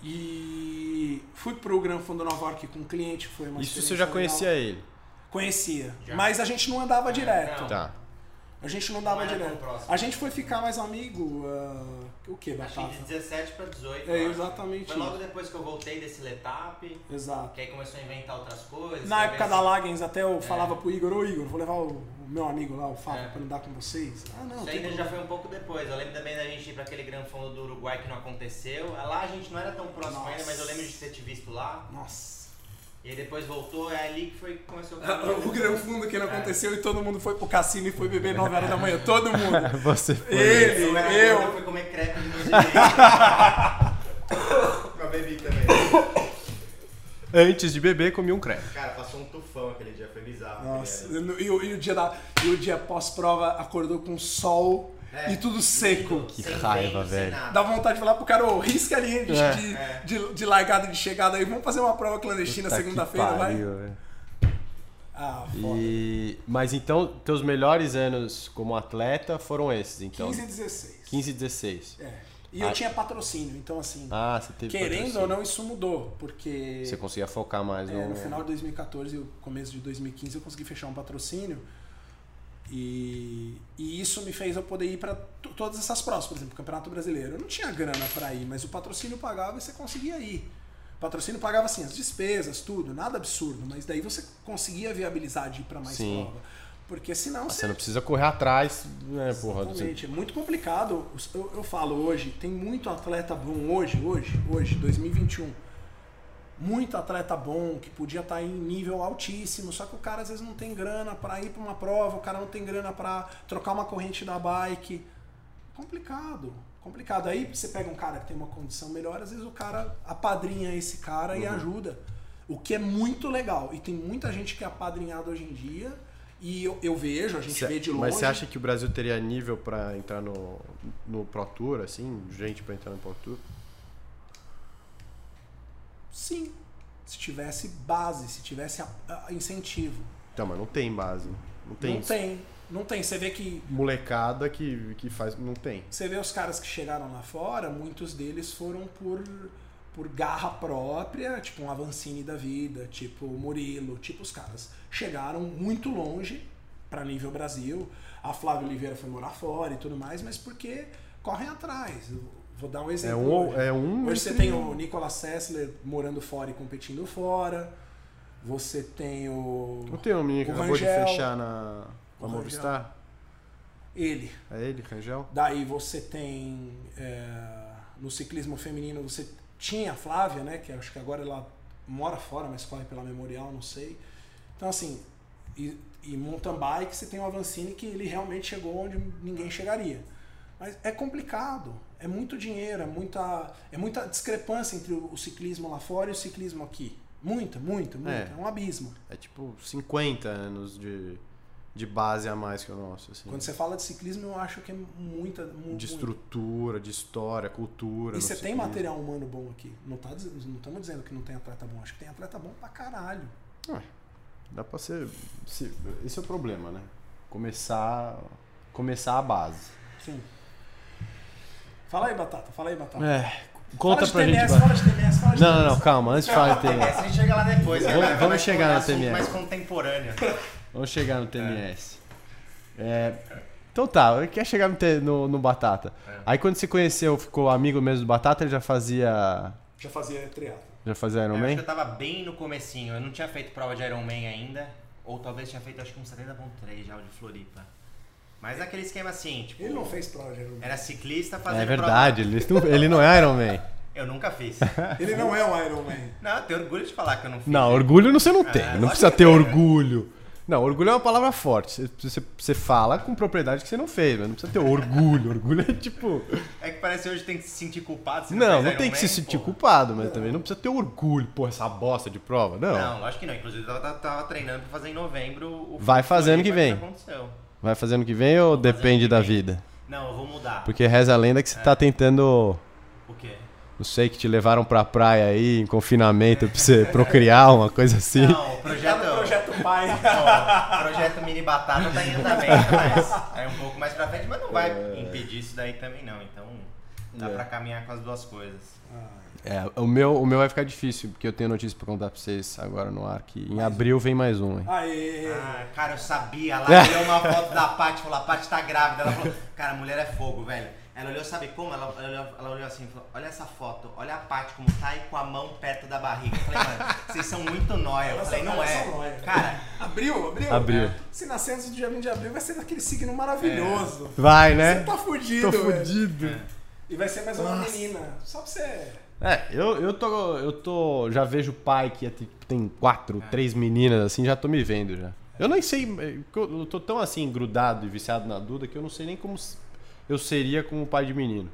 Speaker 3: E fui pro Gran Fundo Nova York com um cliente, foi uma
Speaker 2: Isso você
Speaker 3: experiência
Speaker 2: já
Speaker 3: legal.
Speaker 2: conhecia ele.
Speaker 3: Conhecia.
Speaker 4: Já.
Speaker 3: Mas a gente não andava direto.
Speaker 4: Não.
Speaker 2: Tá.
Speaker 3: A gente não andava
Speaker 4: Não era tão
Speaker 3: direto.
Speaker 4: próximo.
Speaker 3: A gente foi ficar mais amigo. ah, o que,
Speaker 4: Acho
Speaker 3: Batata?
Speaker 4: que de 17 pra 18.
Speaker 3: É,
Speaker 4: eu acho.
Speaker 3: exatamente
Speaker 4: Foi logo depois que eu voltei desse Letap,
Speaker 3: Exato.
Speaker 4: que aí começou a inventar outras coisas.
Speaker 3: Na época da
Speaker 4: começou-
Speaker 3: Lagens até eu falava pro Igor, ô Igor, vou levar o, o meu amigo lá, o Fábio,
Speaker 4: É.
Speaker 3: pra andar com vocês. Ah, não,
Speaker 4: Isso
Speaker 3: tem
Speaker 4: ainda
Speaker 3: problema.
Speaker 4: já foi um pouco depois. Eu lembro também da gente ir pra aquele Gran Fundo do Uruguai que não aconteceu. Lá a gente não era tão próximo
Speaker 3: Nossa.
Speaker 4: ainda, mas eu lembro de ter te visto lá.
Speaker 3: Nossa.
Speaker 4: E aí depois voltou, é ali que foi que começou
Speaker 3: <laughs>
Speaker 4: o
Speaker 3: O grão fundo que não
Speaker 2: É.
Speaker 3: aconteceu e todo mundo foi pro cassino e foi beber 9 horas da manhã. Todo mundo.
Speaker 2: <laughs> Você foi.
Speaker 3: Ele,
Speaker 4: Eu, era gordo, eu
Speaker 3: eu.
Speaker 4: fui comer crepe
Speaker 3: <laughs>
Speaker 4: de nozinho. Eu bebi também.
Speaker 2: Antes de beber, comi um crepe.
Speaker 4: Cara, passou um tufão aquele dia, foi bizarro.
Speaker 3: Nossa, e, o- e o- e o dia, da- e o dia pós-prova acordou com sol
Speaker 4: É.
Speaker 3: e tudo seco.
Speaker 2: Que raiva, velho. um
Speaker 3: Dá vontade de falar pro cara, ô, risca ali de,
Speaker 2: É.
Speaker 3: de, de- de largada e de chegada aí. Vamos fazer uma prova clandestina
Speaker 2: Puta que
Speaker 3: segunda-feira, vai.
Speaker 2: pariu, velho.
Speaker 3: Ah, foda.
Speaker 2: E... Mas então, teus melhores anos como atleta foram esses, então?
Speaker 3: 15 e 16.
Speaker 2: 15 e 16.
Speaker 3: É. E eu
Speaker 2: Ah.
Speaker 3: tinha patrocínio, então assim,
Speaker 2: Ah, você teve
Speaker 3: querendo
Speaker 2: patrocínio.
Speaker 3: ou não, isso mudou, porque.
Speaker 2: Você conseguia focar mais
Speaker 3: É, no final de 2014 e o começo de 2015 eu consegui fechar um patrocínio. E, e isso me fez eu poder ir para todas essas provas, por exemplo, Campeonato Brasileiro. Eu não tinha grana para ir, mas o patrocínio pagava e você conseguia ir. O patrocínio pagava assim as despesas, tudo, nada absurdo, mas daí você conseguia viabilizar de ir para mais
Speaker 2: Sim.
Speaker 3: prova. Porque senão
Speaker 2: Ah, Você não precisa correr atrás, né, porra? Você...
Speaker 3: Exatamente, é muito complicado. Eu, eu falo hoje, tem muito atleta bom hoje, hoje, hoje, 2021. Muito atleta bom que podia estar em nível altíssimo, só que o cara às vezes não tem grana para ir para uma prova, o cara não tem grana para trocar uma corrente da bike. Complicado, complicado.
Speaker 2: Uhum.
Speaker 3: Aí você pega um cara que tem uma condição melhor, às vezes o cara apadrinha esse cara e ajuda. O que é muito legal. E tem muita gente que é apadrinhada hoje em dia. E eu, eu vejo, a gente
Speaker 2: Cê-
Speaker 3: vê de longe.
Speaker 2: Mas você acha que o Brasil teria nível pra entrar no, no Pro Tour, assim? Gente pra entrar no Pro Tour?
Speaker 3: Sim. Se tivesse base, se tivesse a- a- incentivo.
Speaker 2: Então, mas não tem base. Não tem.
Speaker 3: Não tem. Não tem. Você vê que
Speaker 2: Molecada que, que faz. Não tem.
Speaker 3: Você vê os caras que chegaram lá fora, muitos deles foram por, por garra própria, tipo um Avancini da vida, tipo o Murilo, tipo os caras chegaram muito longe para nível Brasil. A Flávia Oliveira foi morar fora e tudo mais, mas porque correm atrás. Eu Vou dar um
Speaker 2: É
Speaker 3: exemplo.
Speaker 2: um.
Speaker 3: hoje.
Speaker 2: É um
Speaker 3: Hoje você
Speaker 2: entre-
Speaker 3: tem o Nicolas Sessler morando fora e competindo fora. Você tem o.
Speaker 2: Não tem um menino que
Speaker 3: o
Speaker 2: acabou de
Speaker 3: Rangel.
Speaker 2: fechar na.
Speaker 3: O
Speaker 2: Na
Speaker 3: Rangel.
Speaker 2: Movistar?
Speaker 3: Ele.
Speaker 2: É ele, Rangel?
Speaker 3: Daí você tem é, no ciclismo feminino você tinha a Flávia, né? Que acho que agora ela mora fora, mas corre pela Memorial, não sei. Então assim, e, e mountain bike você tem o Avancini que ele realmente chegou onde ninguém chegaria. Mas é complicado, é muito dinheiro, é muita, é muita discrepância entre o, o ciclismo lá fora e o ciclismo aqui. Muita, muita, muita.
Speaker 2: É.
Speaker 3: É, um abismo.
Speaker 2: É tipo 50 anos de, de base a mais que o nosso, assim.
Speaker 3: Quando você fala de ciclismo, eu acho que é muita. mu-
Speaker 2: De
Speaker 3: muita.
Speaker 2: estrutura, de história, cultura.
Speaker 3: E
Speaker 2: não
Speaker 3: você
Speaker 2: sei
Speaker 3: tem
Speaker 2: o quê.
Speaker 3: material humano bom aqui. Não estamos dizendo que não tem atleta bom. Acho que tem atleta bom pra caralho.
Speaker 2: É, Dá pra ser. se- esse é o problema, né? Começar. Começar a base.
Speaker 3: Sim. Fala aí, Batata. Fala aí, Batata.
Speaker 2: É. Conta
Speaker 3: fala
Speaker 2: pra
Speaker 3: de
Speaker 2: gente.
Speaker 3: TMS, fala de TMS, fala de
Speaker 2: Não, não,
Speaker 3: TMS.
Speaker 2: não, calma. Antes de falar de
Speaker 4: TMS,
Speaker 2: TMS.
Speaker 4: a gente é, chega lá
Speaker 2: Vamos-
Speaker 4: depois. né? Vai-
Speaker 2: vamos
Speaker 4: vai
Speaker 2: chegar na
Speaker 4: um assunto
Speaker 2: TMS.
Speaker 4: mais contemporâneo.
Speaker 2: <laughs> Vamos chegar no TMS. É, Então tá, quer chegar no, T- no- no Batata.
Speaker 4: É.
Speaker 2: Aí quando se conheceu, ficou amigo mesmo do Batata, ele já fazia.
Speaker 3: Já fazia triatlo.
Speaker 2: Já fazia Iron
Speaker 4: Eu É, acho que tá
Speaker 2: Man?
Speaker 4: eu tava bem no comecinho. Eu não tinha feito prova de Iron Man ainda. Ou talvez tinha feito acho que um 70.3 já, o de Floripa. Mas naquele esquema assim, tipo...
Speaker 3: Ele não fez prova de Ironman.
Speaker 4: Era ciclista fazendo
Speaker 2: É verdade, ele não, ele não é Iron Man.
Speaker 4: prova. Eu nunca fiz.
Speaker 3: Ele não é um <laughs> Ironman.
Speaker 4: não, eu tenho orgulho de falar que eu não fiz.
Speaker 2: <laughs> Não, orgulho você não tem, não
Speaker 4: É, lógico
Speaker 2: precisa
Speaker 4: que
Speaker 2: ter
Speaker 4: tem, né?
Speaker 2: orgulho. Não, orgulho é uma palavra forte. Você- Você, você fala com propriedade que você não fez, mas não precisa ter orgulho. <laughs> Orgulho é tipo.
Speaker 4: É que parece que hoje tem que se sentir culpado. se
Speaker 2: Não,
Speaker 4: fez
Speaker 2: não
Speaker 4: Iron
Speaker 2: tem que se
Speaker 4: Man,
Speaker 2: sentir
Speaker 4: pô.
Speaker 2: culpado, mas também não precisa ter orgulho. Pô, essa bosta de prova. Não.
Speaker 4: Não, acho que não. Inclusive, eu tava, tava- tava treinando pra fazer em novembro. O
Speaker 2: Vai fazer ano que
Speaker 4: Floripa,
Speaker 2: vem.
Speaker 4: aconteceu.
Speaker 2: Vai fazendo o que vem ou
Speaker 4: fazer ano
Speaker 2: depende
Speaker 4: que
Speaker 2: da
Speaker 4: vem. É.
Speaker 2: vida?
Speaker 4: Não, eu vou mudar.
Speaker 2: Porque reza a lenda que você tá tentando.
Speaker 4: O quê?
Speaker 2: Não sei, que te levaram pra praia aí, em confinamento, pra você procriar, uma coisa assim.
Speaker 4: Não, o projeto.
Speaker 3: Tá no projeto <laughs> pai.
Speaker 4: Ó, o projeto Mini Batata tá em andamento, mas é um pouco mais pra frente, mas não vai impedir isso daí também não. Então dá pra caminhar com as duas coisas.
Speaker 3: Ah.
Speaker 2: É, o meu, o meu vai ficar difícil, porque eu tenho notícia pra contar pra vocês agora no ar, que em abril vem mais um, hein?
Speaker 3: Aê.
Speaker 4: Ah, cara, eu sabia. Ela olhou uma foto da Paty e falou, a Paty tá grávida. Ela falou, cara, mulher é fogo, velho. Ela olhou, sabe como? Ela, ela olhou, ela olhou assim e falou, olha essa foto, olha a Paty como tá aí com a mão perto da barriga. Eu falei, mano, vocês são muito nóia. Eu
Speaker 3: Nossa,
Speaker 4: falei, não
Speaker 3: cara,
Speaker 4: é.
Speaker 3: são nóia.
Speaker 4: Cara,
Speaker 3: Abril, abril. É.
Speaker 2: Abril.
Speaker 3: Se nascer antes do dia 20 de abril, vai ser daquele signo maravilhoso.
Speaker 2: Vai,
Speaker 3: Você
Speaker 2: né?
Speaker 3: tá
Speaker 2: Tô
Speaker 3: fudido, velho.
Speaker 2: fudido.
Speaker 3: E vai ser mais uma menina. Só pra você...
Speaker 2: É, eu, eu tô. Eu tô. Já vejo pai que é tipo, tem quatro,
Speaker 3: É.
Speaker 2: três meninas assim, já tô me vendo já. Eu nem sei. eh, que Eu eu tô tão assim, grudado e viciado na Duda que eu não sei nem como s- eu seria como pai de menino.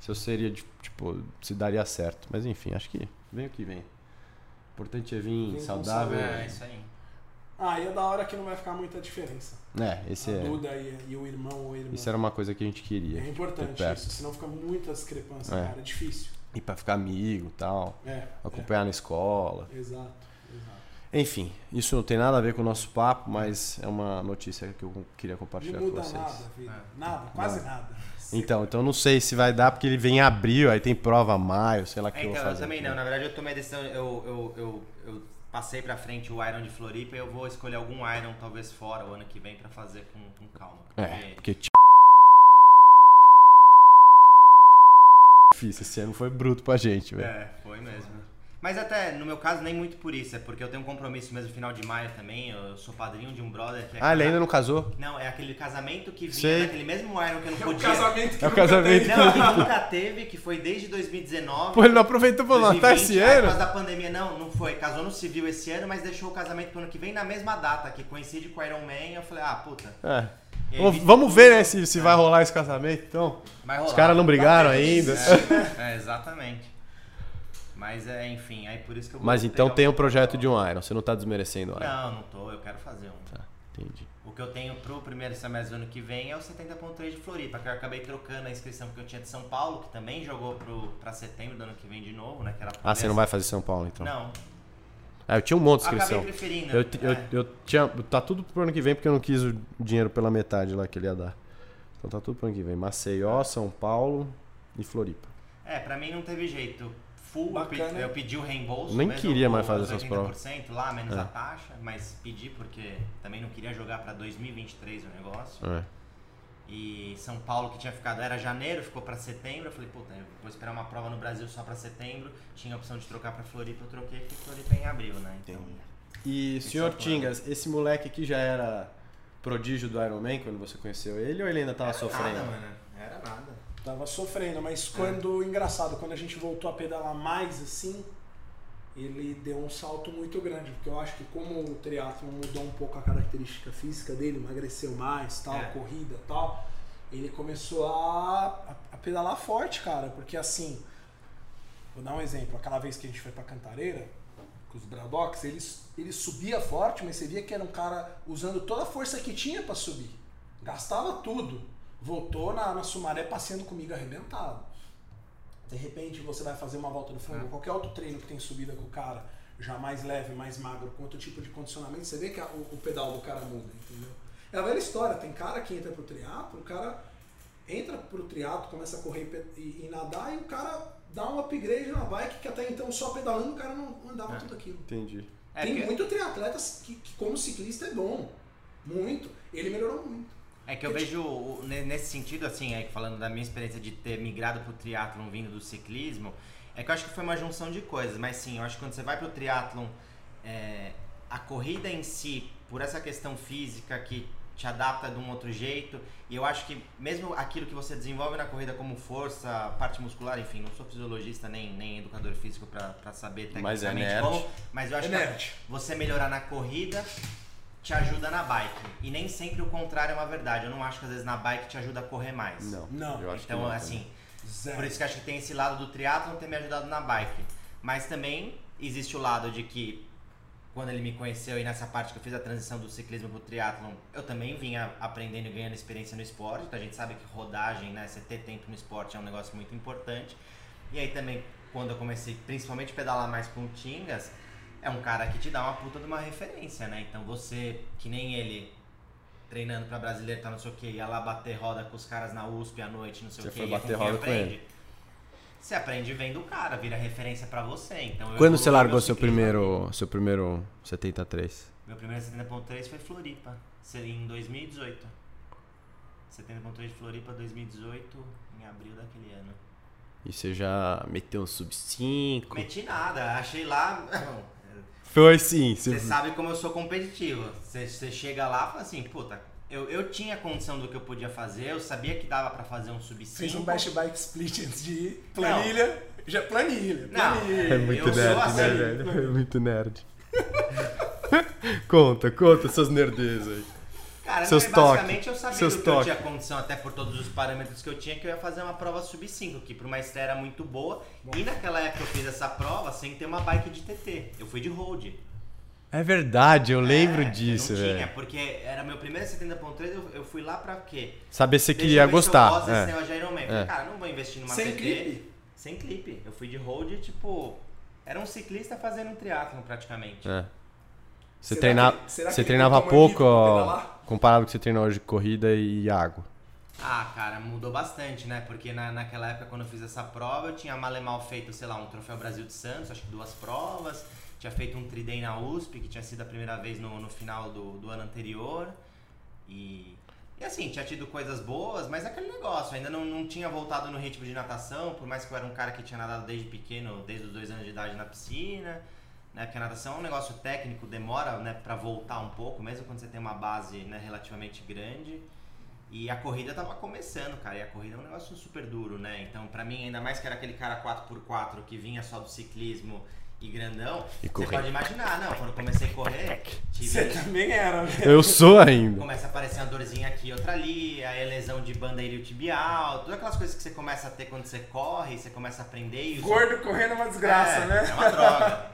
Speaker 2: Se eu seria, de- tipo, se daria certo. Mas enfim, acho que vem o que vem. O importante é vir
Speaker 3: com
Speaker 2: saudável.
Speaker 4: é isso aí.
Speaker 3: Ah, e é da hora que não vai ficar muita diferença.
Speaker 2: É, esse
Speaker 3: A
Speaker 2: é.
Speaker 3: Duda e, e o irmão ou a irmã.
Speaker 2: Isso é era uma coisa que a gente queria.
Speaker 3: É importante
Speaker 2: ter perto.
Speaker 3: isso, senão fica muita discrepância,
Speaker 2: É.
Speaker 3: cara. É difícil.
Speaker 2: E pra ficar amigo tal.
Speaker 3: É.
Speaker 2: Acompanhar na escola.
Speaker 3: é, Exato, exato.
Speaker 2: Enfim, isso não tem nada a ver com o nosso papo, mas é uma notícia que eu queria compartilhar
Speaker 3: Não
Speaker 2: com
Speaker 3: muda
Speaker 2: vocês. É.
Speaker 3: nada, a vida. Nada, quase nada.
Speaker 2: Então, então não sei se vai dar, porque ele vem em abril, aí tem prova maio, sei lá o que
Speaker 4: É,
Speaker 2: eu vou
Speaker 4: então, eu
Speaker 2: fazer.
Speaker 4: também não. Na verdade, eu tomei a decisão. Eu, eu, eu, eu passei pra frente o Iron de Floripa e eu vou escolher algum Iron, talvez fora, o ano que vem, pra fazer com, com calma.
Speaker 2: É,
Speaker 4: Porque-
Speaker 2: porque t... Difícil, esse ano foi bruto pra gente, velho.
Speaker 4: É, foi mesmo. Mas até, no meu caso, nem muito por isso. É porque eu tenho um compromisso mesmo final de maio também. Eu sou padrinho de um brother que é.
Speaker 2: Ah, ele ainda não casou?
Speaker 4: Não, é aquele casamento que vinha
Speaker 2: Sei.
Speaker 4: daquele mesmo Iron que eu não
Speaker 3: É o
Speaker 4: podia.
Speaker 3: casamento que
Speaker 2: É o
Speaker 3: nunca
Speaker 2: casamento. <laughs>
Speaker 3: teve.
Speaker 4: Não, que nunca teve, que foi desde 2019.
Speaker 2: Pô, ele não aproveitou pra matar esse
Speaker 4: 2020, aí, Por
Speaker 2: ano?
Speaker 4: causa da pandemia, não, não foi. Casou no civil esse ano, mas deixou o casamento pro ano que vem na mesma data, que coincide com o Iron Man. Eu falei, ah, puta,
Speaker 2: É.
Speaker 4: E aí,
Speaker 2: Vamos-
Speaker 4: vinte e
Speaker 2: Vamos ver, né,
Speaker 4: cinco,
Speaker 2: se, se vai rolar esse casamento, então.
Speaker 4: vai
Speaker 2: <laughs>
Speaker 4: rolar.
Speaker 2: Os caras não brigaram ainda.
Speaker 4: É, exatamente. Mas é, enfim, aí por isso que eu vou
Speaker 2: Mas então
Speaker 4: pegar
Speaker 2: tem o projeto de um Iron, você não tá desmerecendo o Iron.
Speaker 4: Não, não tô, eu quero fazer um.
Speaker 2: Tá, entendi.
Speaker 4: O que eu tenho pro primeiro semestre do ano que vem é o 70.3 de Floripa, que eu acabei trocando a inscrição que eu tinha de São Paulo, que também jogou pro, pra setembro do ano que vem de novo, né? Que era
Speaker 2: Ah, você não vai fazer São Paulo então?
Speaker 4: Não.
Speaker 2: Ah, eu tinha um monte de
Speaker 4: Acabei
Speaker 2: inscrição.
Speaker 4: preferindo.
Speaker 2: Eu, ti- eu,
Speaker 4: é.
Speaker 2: eu tinha. Tá tudo pro ano que vem porque eu não quis o dinheiro pela metade lá que ele ia dar. Então tá tudo pro ano que vem. Maceió, São Paulo e Floripa.
Speaker 4: É, pra mim não teve jeito. Full, eu pe- eu
Speaker 3: Bacana.
Speaker 4: pedi, o reembolso.
Speaker 2: Nem
Speaker 4: mesmo
Speaker 2: queria
Speaker 4: com
Speaker 2: mais
Speaker 4: os
Speaker 2: fazer essas
Speaker 4: 80% lá, menos
Speaker 2: É.
Speaker 4: a taxa, mas pedi porque também não queria jogar pra 2023 o negócio.
Speaker 2: É.
Speaker 4: E São Paulo, que tinha ficado, era janeiro, ficou pra setembro. Eu falei, puta, eu vou esperar uma prova no Brasil só pra setembro. Tinha a opção de trocar pra Floripa, eu troquei, porque Floripa é em abril, né? Então,
Speaker 2: E, senhor
Speaker 4: é claro.
Speaker 2: Tingas, esse moleque aqui já era prodígio do Iron Man quando você conheceu ele ou ele ainda tava sofrendo?
Speaker 4: Nada, mano. Era nada.
Speaker 3: Tava sofrendo, mas quando. Engraçado, quando a gente voltou a pedalar mais assim, ele deu um salto muito grande, porque eu acho que como o triatlon mudou um pouco a característica física dele, emagreceu mais, tal,
Speaker 4: É.
Speaker 3: corrida tal, ele começou a, a pedalar forte, cara, porque assim. Vou dar um exemplo, aquela vez que a gente foi pra Cantareira, com os Bradox, ele, ele subia forte, mas você via que era um cara usando toda a força que tinha pra subir. Gastava tudo. Voltou na, na Sumaré passeando comigo arrebentado. De repente você vai fazer uma volta do frango, qualquer outro treino que tem subida com o cara, já mais leve, mais magro, com outro tipo de condicionamento, você vê que a- o, o pedal do cara muda, entendeu? É a velha história, tem cara que entra pro triatlo, o cara entra pro triatlo, começa a correr e pe- e, e nadar, e o cara dá um upgrade na bike que até então só pedalando o cara não andava tudo aquilo.
Speaker 2: Entendi.
Speaker 4: É,
Speaker 3: tem
Speaker 4: que,
Speaker 3: muito triatleta que, que como ciclista é bom, muito. Ele melhorou muito.
Speaker 4: é que eu vejo, o- ne- nesse sentido, assim, aí, falando da minha experiência de ter migrado pro triatlon vindo do ciclismo, é que eu acho que foi uma junção de coisas. Mas sim, eu acho que quando você vai pro triatlon, é, a corrida em si, por essa questão física que te adapta de um outro jeito, e eu acho que mesmo aquilo que você desenvolve na corrida como força, parte muscular, enfim, não sou fisiologista nem, nem educador físico pra pra saber
Speaker 2: Mas é
Speaker 4: tecnicamente
Speaker 2: nerd.
Speaker 4: como, mas eu acho
Speaker 3: É
Speaker 4: que
Speaker 3: nerd.
Speaker 4: você melhorar na corrida te ajuda na bike. E nem sempre o contrário é uma verdade. Eu não acho que às vezes na bike te ajuda a correr mais.
Speaker 2: Não.
Speaker 3: Não.
Speaker 2: Eu acho que
Speaker 4: Então,
Speaker 2: não, né?
Speaker 4: assim,
Speaker 3: Zero.
Speaker 4: por isso que acho que tem esse lado do triatlon ter me ajudado na bike. Mas também existe o lado de que quando ele me conheceu e nessa parte que eu fiz a transição do ciclismo pro triatlon, eu também vinha aprendendo e ganhando experiência no esporte. Então a gente sabe que rodagem, né, você ter tempo no esporte é um negócio muito importante. E aí também quando eu comecei principalmente a pedalar mais com o Tingas, é um cara que te dá uma puta de uma referência, né? Então você, que nem ele, treinando pra brasileiro, tá não sei o que, ia lá bater roda com os caras na USP à noite, não sei
Speaker 2: Você
Speaker 4: o que,
Speaker 2: foi
Speaker 4: ia
Speaker 2: bater
Speaker 4: quem
Speaker 2: roda com
Speaker 4: aprende.
Speaker 2: ele.
Speaker 4: Você aprende vendo o cara, vira referência pra você. Então, eu
Speaker 2: Quando
Speaker 4: evoluí
Speaker 2: você largou
Speaker 4: meu
Speaker 2: seu
Speaker 4: ciclismo.
Speaker 2: primeiro, seu primeiro 73?
Speaker 4: Meu primeiro 70.3 foi Floripa, seria em 2018. 70.3 de Floripa, 2018, em abril daquele ano.
Speaker 2: E você já meteu um sub 5?
Speaker 4: Meti nada, achei lá.
Speaker 2: Foi sim.
Speaker 4: Você sabe como eu sou competitivo. Você você chega lá e fala assim, puta, eu, eu tinha condição do que eu podia fazer, eu sabia que dava pra fazer um sub
Speaker 3: Fez um
Speaker 4: 5.
Speaker 3: bash bike split antes de ir. Planilha. Já planilha.
Speaker 4: Não,
Speaker 3: planilha.
Speaker 2: É muito
Speaker 4: eu sou
Speaker 2: nerd,
Speaker 4: assim.
Speaker 2: né, velho? É muito nerd. <laughs> conta, conta suas nerdezas aí.
Speaker 4: Cara,
Speaker 2: Seus
Speaker 4: mas basicamente
Speaker 2: toque,
Speaker 4: eu sabia
Speaker 2: seus
Speaker 4: do que
Speaker 2: toque.
Speaker 4: eu tinha condição, até por todos os parâmetros que eu tinha, que eu ia fazer uma prova sub-5, que pra uma estreia era muito boa. E naquela época eu fiz essa prova sem ter uma bike de TT. Eu fui de road.
Speaker 2: É verdade, eu lembro
Speaker 4: É,
Speaker 2: disso,
Speaker 4: Não tinha,
Speaker 2: velho.
Speaker 4: porque era meu primeiro 70.3, eu, eu fui lá pra quê?
Speaker 2: Saber se
Speaker 4: Deixa
Speaker 2: queria
Speaker 4: eu ver se
Speaker 2: gostar.
Speaker 4: Eu gosto desse
Speaker 2: é.
Speaker 4: negócio de Iron Man. Eu Falei,
Speaker 2: É.
Speaker 4: cara, não vou investir numa
Speaker 3: Sem
Speaker 4: TT.
Speaker 3: clipe?
Speaker 4: Sem clipe. Eu fui de road, tipo... Era um ciclista fazendo um triatlon, praticamente.
Speaker 2: É. Você,
Speaker 3: Será
Speaker 2: treina-
Speaker 3: que- será que
Speaker 2: você
Speaker 3: ele
Speaker 2: treinava
Speaker 3: botou manguito
Speaker 2: pouco,
Speaker 3: pra
Speaker 2: ó,
Speaker 3: pedalar?
Speaker 2: comparado com o que você treinou hoje de corrida e água. <laughs>
Speaker 4: Ah, cara, mudou bastante, né? Porque na, naquela época, quando eu fiz essa prova, eu tinha mal e mal feito, sei lá, um Troféu Brasil de Santos, acho que duas provas. Tinha feito um Tridem na USP, que tinha sido a primeira vez no, no final do, do ano anterior. E, e assim, tinha tido coisas boas, mas é aquele negócio, ainda não, não tinha voltado no ritmo de natação, por mais que eu era um cara que tinha nadado desde pequeno, desde os dois anos de idade na piscina. Né? Porque a natação é um negócio técnico, demora né, para voltar um pouco, mesmo quando você tem uma base né, relativamente grande. E a corrida tava começando, cara. E a corrida é um negócio super duro, né? Então, pra mim, ainda mais que era aquele cara 4x4 que vinha só do ciclismo e grandão,
Speaker 2: E
Speaker 4: você
Speaker 2: correr.
Speaker 4: pode imaginar, não. Quando eu comecei a correr,
Speaker 3: Você
Speaker 4: tive.
Speaker 3: também era, né?
Speaker 2: Eu sou ainda.
Speaker 4: Começa a aparecer uma dorzinha aqui, outra ali, aí a lesão de bandeiril tibial, todas aquelas coisas que você começa a ter quando você corre, você começa a aprender e os
Speaker 3: Gordo correndo é uma desgraça,
Speaker 4: é,
Speaker 3: né?
Speaker 4: É uma droga.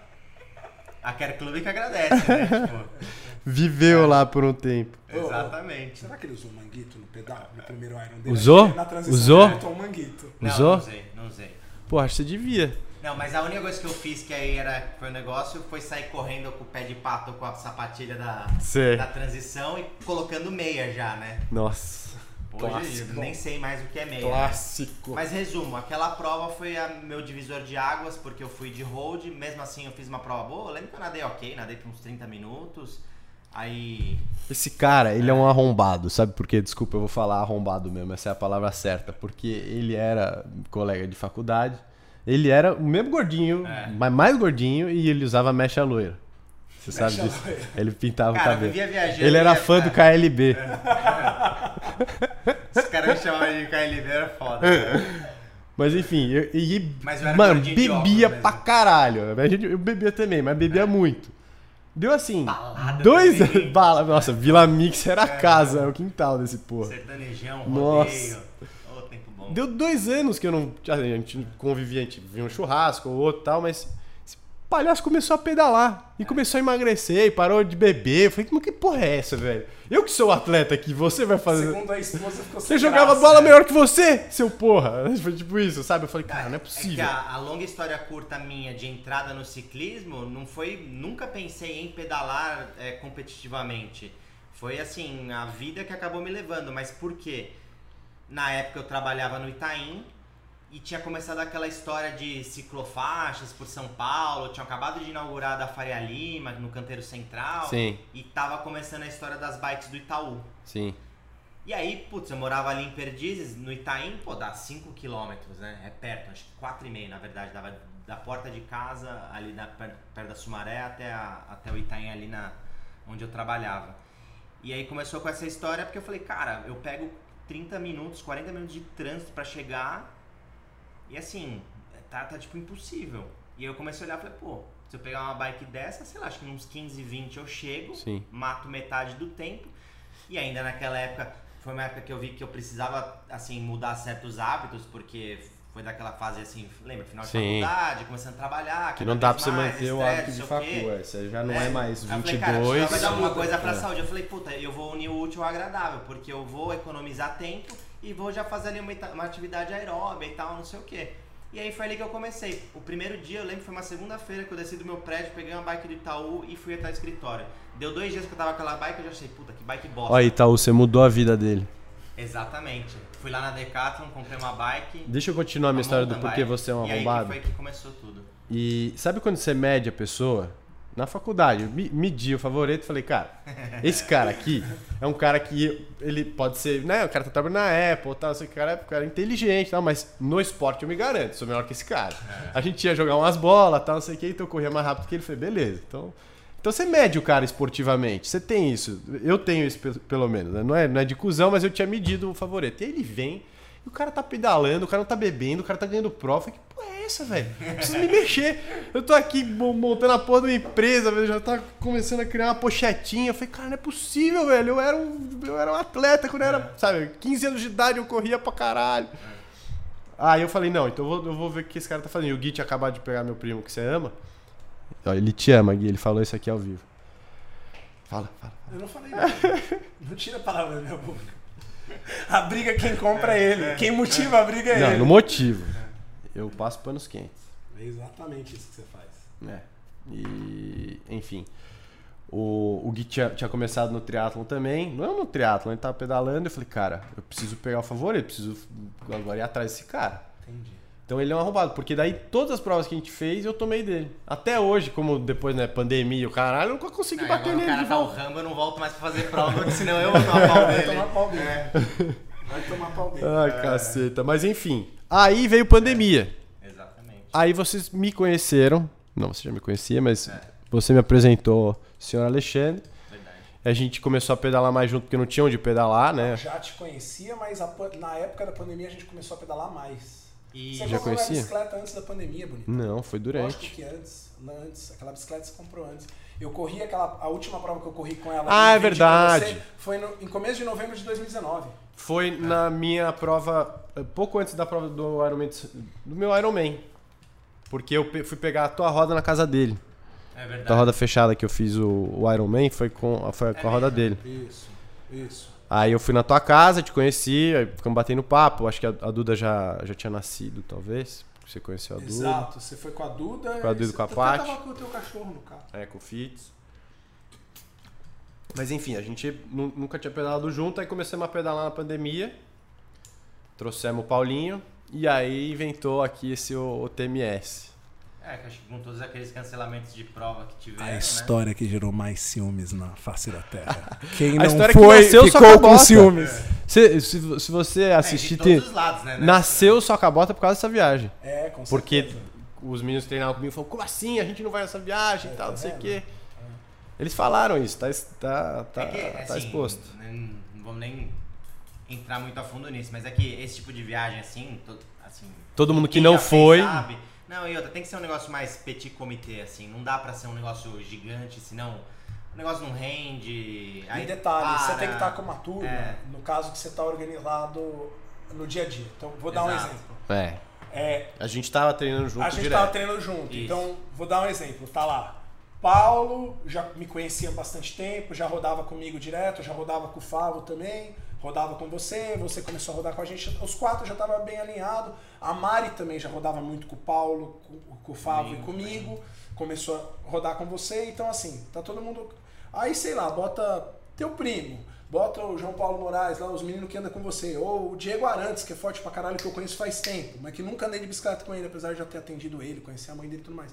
Speaker 4: A Quer Clube que agradece, né? Tipo,
Speaker 2: Viveu lá por um tempo.
Speaker 4: exatamente.
Speaker 3: Será que ele usou o manguito no pedal, no primeiro Iron dele?
Speaker 2: Usou?
Speaker 3: Na transição
Speaker 2: Usou?
Speaker 3: ele botou um manguito.
Speaker 2: Usou?
Speaker 4: Não, não usei, não usei.
Speaker 2: Pô, acho que você devia.
Speaker 4: Não, mas a única coisa que eu fiz que aí era, foi um negócio foi sair correndo com o pé de pato com a sapatilha da,
Speaker 2: Sei.
Speaker 4: da transição e colocando meia já, né?
Speaker 2: é. Nossa.
Speaker 4: Hoje
Speaker 2: Clássico.
Speaker 4: eu nem sei mais o que é meia. né?
Speaker 2: Clássico.
Speaker 4: Mas resumo, aquela prova foi a meu divisor de águas, porque eu fui de hold, mesmo assim eu fiz uma prova boa. Eu lembro que eu nadei ok, nadei por uns 30 minutos. Aí
Speaker 2: Esse cara, ele é um arrombado, sabe por quê? Desculpa, eu vou falar arrombado mesmo, essa é a palavra certa. Porque ele era colega de faculdade, ele era o mesmo gordinho,
Speaker 4: É.
Speaker 2: mas mais gordinho, e ele usava mecha loira. Você sabe disso? Ele pintava
Speaker 4: Cara,
Speaker 2: o cabelo.
Speaker 4: vivia né? viajando,
Speaker 2: ele era
Speaker 4: vivia-
Speaker 2: fã do KLB.
Speaker 4: É. os caras me chamavam de KLB, era foda.
Speaker 2: <laughs>
Speaker 4: cara.
Speaker 2: Mas enfim, eu, e,
Speaker 4: Mas eu era
Speaker 2: mano,
Speaker 4: gordinho de óculos
Speaker 2: bebia
Speaker 4: mesmo. É.
Speaker 2: pra caralho. A gente, eu bebia também, mas bebia muito. Deu assim,
Speaker 4: Balada
Speaker 2: dois
Speaker 4: também.
Speaker 2: bala, nossa, Vila Mix era a casa, é o quintal desse porra.
Speaker 4: Sertanejão,
Speaker 2: Nossa.
Speaker 4: rodeio. Ô, tempo bom.
Speaker 2: Deu dois anos que eu não. A gente convivia, a gente via um churrasco ou outro e tal, mas esse palhaço começou a pedalar. E começou a emagrecer, e parou de beber. Eu falei, mas que porra é essa, velho? Eu que sou o atleta aqui, você vai fazer.
Speaker 3: Segundo a esposa, ficou
Speaker 2: Você
Speaker 3: sem
Speaker 2: jogava
Speaker 3: graça,
Speaker 2: bola
Speaker 3: né?
Speaker 2: melhor que você, seu porra. <laughs> Foi tipo isso, sabe? Eu falei, cara, não é
Speaker 4: É que
Speaker 2: possível.
Speaker 4: a, a longa história curta minha de entrada no ciclismo não foi. Nunca pensei em pedalar é, competitivamente. Foi assim, a vida que acabou me levando. Mas por quê? Na época eu trabalhava no Itaim e tinha começado aquela história de ciclofaixas por São Paulo, tinha acabado de inaugurar da Faria Lima, no canteiro central.
Speaker 2: Sim,
Speaker 4: E tava começando a história das bikes do Itaú.
Speaker 2: sim.
Speaker 4: E aí, putz, eu morava ali em Perdizes, no Itaim, pô, dá 5km, né? É perto, acho que 4,5 na verdade, dava da porta de casa, ali da, per- perto da Sumaré, até, a- até o Itaim, ali na, onde eu trabalhava. E aí começou com essa história, porque eu falei, cara, eu pego 30 minutos, 40 minutos de trânsito pra chegar, e assim, tá, tá tipo impossível. E aí eu comecei a olhar e falei, pô, se eu pegar uma bike dessa, sei lá, acho que uns 15, 20 eu chego,
Speaker 2: Sim.
Speaker 4: mato metade do tempo. E ainda naquela época, foi uma época que eu vi que eu precisava, assim, mudar certos hábitos, porque foi daquela fase, assim, lembra, final de
Speaker 2: Sim.
Speaker 4: faculdade, começando a trabalhar.
Speaker 2: Que não
Speaker 4: cada
Speaker 2: dá pra
Speaker 4: vez
Speaker 2: você
Speaker 4: mais,
Speaker 2: manter o
Speaker 4: estresse,
Speaker 2: hábito de
Speaker 4: não é né? sei o quê.
Speaker 2: facu, é. Você já não é,
Speaker 4: É.
Speaker 2: mais
Speaker 4: Aí eu falei, cara, precisava
Speaker 2: 22.
Speaker 4: fazer alguma coisa pra
Speaker 2: É.
Speaker 4: saúde. Eu falei, puta, eu vou unir o útil ao agradável, porque eu vou economizar tempo e vou já fazer ali uma, ita- uma atividade aeróbica e tal, não sei o quê. E aí foi ali que eu comecei. O primeiro dia, eu lembro, foi uma segunda-feira que eu desci do meu prédio, peguei uma bike do Itaú e fui até o escritório. Deu dois dias que eu tava com aquela bike, eu já achei, puta, que bike bosta.
Speaker 2: Ó, Itaú, você mudou a vida dele.
Speaker 4: Exatamente. Fui lá na Decathlon, comprei uma bike.
Speaker 2: Deixa eu continuar minha história do
Speaker 4: mountain
Speaker 2: porquê
Speaker 4: bike.
Speaker 2: você é um
Speaker 4: E aí que
Speaker 2: arrombado.
Speaker 4: foi que começou tudo.
Speaker 2: E sabe quando você mede a pessoa? Na faculdade, eu me- medi o favorito e falei, cara, esse cara aqui é um cara que ele pode ser, né? O cara tá trabalhando na Apple, tá, não sei o que, o cara é, o cara é inteligente e tal, mas no esporte eu me garanto, sou melhor que esse cara. A gente ia jogar umas bolas, tal, não sei o que, então eu corria mais rápido que ele, falei, beleza. Então, então você mede o cara esportivamente, você tem isso, eu tenho isso pe- pelo menos, né? não, é, não é de cuzão, mas eu tinha medido o favorito. E aí ele vem, e o cara tá pedalando, o cara não tá bebendo, o cara tá ganhando prova, eu falei, que porra é essa, velho? Eu Preciso me mexer. Eu tô aqui mo- montando a porra de uma empresa, velho. Já tá começando a criar uma pochetinha. Eu falei, cara, não é possível, velho. Eu era um, eu era um atleta quando eu era, sabe, 15 anos de idade, eu corria pra caralho. Aí eu falei, não, então eu vou, eu vou ver o que esse cara tá fazendo. E o Gui tinha acabado de pegar meu primo que você ama. Ó, Ele te ama, Gui, ele falou isso aqui ao vivo. Fala, fala.
Speaker 3: Eu não falei nada. Não tira a palavra da minha boca. A briga quem compra é ele. Quem motiva a briga é
Speaker 2: Não,
Speaker 3: ele.
Speaker 2: no motivo. Eu passo panos quentes.
Speaker 3: É exatamente isso que você faz.
Speaker 2: É. E, enfim. O, o Gui tinha, tinha começado no triatlon também. Não no triatlon, ele tava pedalando. Eu falei, cara, eu preciso pegar o favor, eu preciso agora ir atrás desse cara.
Speaker 3: Entendi.
Speaker 2: Então ele é um arrombado, porque daí todas as provas que a gente fez, eu tomei dele. Até hoje, como depois, né, pandemia e o caralho, eu nunca consegui
Speaker 4: Não,
Speaker 2: bater
Speaker 4: agora o
Speaker 2: nele de
Speaker 4: cara tá o
Speaker 2: volta.
Speaker 4: rambo, eu não volto mais pra fazer prova, porque senão eu vou tomar pau
Speaker 3: Vai
Speaker 4: dele.
Speaker 3: tomar pau dele. Vai tomar pau dele.
Speaker 2: Ai, Ah, caceta. Mas enfim. Aí veio pandemia.
Speaker 4: Exatamente.
Speaker 2: Aí vocês me conheceram. Não, você já me conhecia, mas você me apresentou o senhor Alexandre.
Speaker 4: Verdade.
Speaker 2: A gente começou a pedalar mais junto porque não
Speaker 3: É.
Speaker 2: tinha onde pedalar, né?
Speaker 3: Já te conhecia, mas a pan- na época da pandemia a gente começou a pedalar mais.
Speaker 4: E
Speaker 3: Você
Speaker 2: Já
Speaker 3: comprou
Speaker 2: conhecia? Hum,
Speaker 3: uma bicicleta antes da pandemia, bonito.
Speaker 2: Não, foi
Speaker 3: Lógico
Speaker 2: durante.
Speaker 3: que antes, lá antes, aquela bicicleta você comprou antes. Eu corri aquela, a última prova que eu corri com ela.
Speaker 2: Ah,
Speaker 3: eu
Speaker 2: é
Speaker 3: vendi pra
Speaker 2: verdade.
Speaker 3: você, Foi no, em começo de novembro de 2019.
Speaker 2: Foi na minha prova, eh, pouco antes da prova do Ironman, de- do meu Ironman. Porque eu pe- fui pegar a tua roda na casa dele.
Speaker 4: É
Speaker 2: Da
Speaker 4: verdade.
Speaker 2: roda fechada que eu fiz o, o Ironman, foi com, foi com a roda dele.
Speaker 3: Isso, isso.
Speaker 2: Aí eu fui na tua casa, te conheci, aí ficamos batendo papo. Acho que a, a Duda já, já tinha nascido, talvez. porque Você conheceu a Duda.
Speaker 3: Exato. Você foi com a Duda.
Speaker 2: Tá Com a
Speaker 3: e
Speaker 2: Duda e
Speaker 3: você
Speaker 2: com a
Speaker 3: até
Speaker 2: Paty.
Speaker 3: tava com o teu cachorro no carro.
Speaker 2: É, com o Fitz. Mas enfim, a gente nu- nunca tinha pedalado junto, aí começamos a pedalar na pandemia. Trouxemos o Paulinho. E aí inventou aqui esse o, o TMS.
Speaker 4: É, que acho que com todos aqueles cancelamentos de prova que tiveram,
Speaker 3: A
Speaker 4: né?
Speaker 3: história que gerou mais ciúmes na face da
Speaker 2: <laughs>
Speaker 3: Terra. Quem
Speaker 2: A
Speaker 3: não
Speaker 2: história que
Speaker 3: foi,
Speaker 2: nasceu só
Speaker 3: ficou
Speaker 2: com a
Speaker 3: com
Speaker 2: bota.
Speaker 3: ciúmes.
Speaker 2: Se, se, se você
Speaker 4: É,
Speaker 2: assistir.
Speaker 4: de todos
Speaker 2: te-
Speaker 4: os lados, né? né?
Speaker 2: Nasceu só com a bota por causa dessa viagem.
Speaker 3: É, com certeza.
Speaker 2: Porque os meninos que treinavam comigo falaram, como assim? A gente não vai nessa viagem
Speaker 4: É,
Speaker 2: e tal,
Speaker 4: tá
Speaker 2: não sei o quê. Eles falaram isso, tá, tá, tá,
Speaker 4: É que,
Speaker 2: tá
Speaker 4: assim,
Speaker 2: exposto.
Speaker 4: nem- Não vamos nem entrar muito a fundo nisso, mas é que esse tipo de viagem, assim, to- assim
Speaker 2: Todo mundo que
Speaker 4: quem
Speaker 2: não
Speaker 4: já fez
Speaker 2: foi.
Speaker 4: sabe. Não, e outra, tem que ser um negócio mais petit comité, assim. Não dá pra ser um negócio gigante, senão o negócio não rende.
Speaker 3: E
Speaker 4: aí
Speaker 3: detalhe, você
Speaker 4: para.
Speaker 3: tem que estar com uma turma,
Speaker 4: É.
Speaker 3: no caso que você está organizado no dia a dia. Então, vou dar um
Speaker 4: Exato.
Speaker 3: exemplo.
Speaker 2: É.
Speaker 3: É,
Speaker 2: A gente tava treinando junto
Speaker 3: a gente
Speaker 2: direto.
Speaker 3: estava treinando junto,
Speaker 4: Isso.
Speaker 3: então vou dar um exemplo. Tá lá, Paulo já me conhecia há bastante tempo, já rodava comigo direto, já rodava com o Fábio também, rodava com você, você começou a rodar com a gente. Os quatro já estava bem alinhado. A Mari também já rodava muito com o Paulo, com, com o Fábio e comigo. Começou a rodar com você, então assim, tá todo mundo. Aí sei lá, bota teu primo. Bota o João Paulo Moraes lá, os meninos que andam com você. Ou o Diego Arantes, que é forte pra caralho, que eu conheço faz tempo, mas que nunca andei de bicicleta com ele, apesar de já ter atendido ele, conhecer a mãe dele e tudo mais.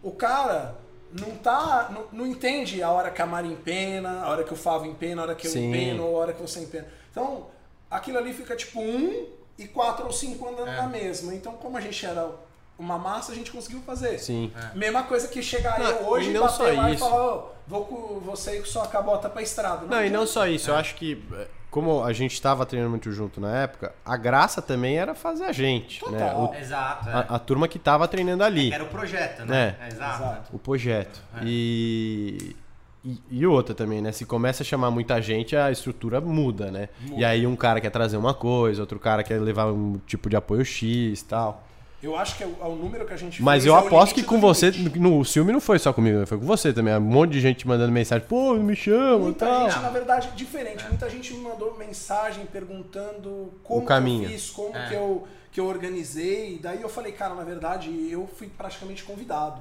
Speaker 3: O cara não tá. Não, não entende a hora que a Mari empena, a hora que o Fábio empena, a hora que eu
Speaker 2: Sim.
Speaker 3: empeno, ou a hora que você empena. Então, aquilo ali fica tipo um e quatro ou cinco andando na mesma. Então, como a gente era uma massa, a gente conseguiu fazer.
Speaker 2: Sim.
Speaker 3: Mesma coisa que chegar
Speaker 2: Não,
Speaker 3: eu hoje
Speaker 2: e
Speaker 3: e
Speaker 2: não só
Speaker 3: bater lá
Speaker 2: isso.
Speaker 3: e falar, "Ô, vou com você e com sua cabota pra estrada.
Speaker 2: Não, e
Speaker 3: adianta.
Speaker 2: não só isso, eu acho que, eh, como a gente tava treinando muito junto na época, a graça também era fazer a gente, né?
Speaker 3: Total.
Speaker 2: O-
Speaker 4: Exato, é.
Speaker 2: a, a turma que tava treinando ali.
Speaker 4: Era o projeto, né?
Speaker 2: É.
Speaker 4: Exato.
Speaker 3: Exato.
Speaker 2: O projeto.
Speaker 3: É.
Speaker 2: E, e. e outra também, né? Se começa a chamar muita gente, a estrutura muda, né? E aí um cara quer trazer uma coisa, outro cara quer levar um tipo de apoio X e tal.
Speaker 3: Eu acho que é o, é o número que a gente
Speaker 2: Mas
Speaker 3: fez
Speaker 2: eu
Speaker 3: é o
Speaker 2: aposto que
Speaker 3: limite
Speaker 2: com
Speaker 3: do
Speaker 2: você.
Speaker 3: limite.
Speaker 2: No, o ciúme não foi só comigo, foi com você também. Um monte de gente mandando mensagem, pô, me chama e
Speaker 3: Muita
Speaker 2: tal.
Speaker 3: gente, na verdade, diferente. Muita gente me mandou mensagem perguntando como
Speaker 2: O caminho.
Speaker 3: que eu fiz,
Speaker 2: É.
Speaker 3: como que, eu, que eu organizei. Daí eu falei, cara, na verdade, eu fui praticamente convidado.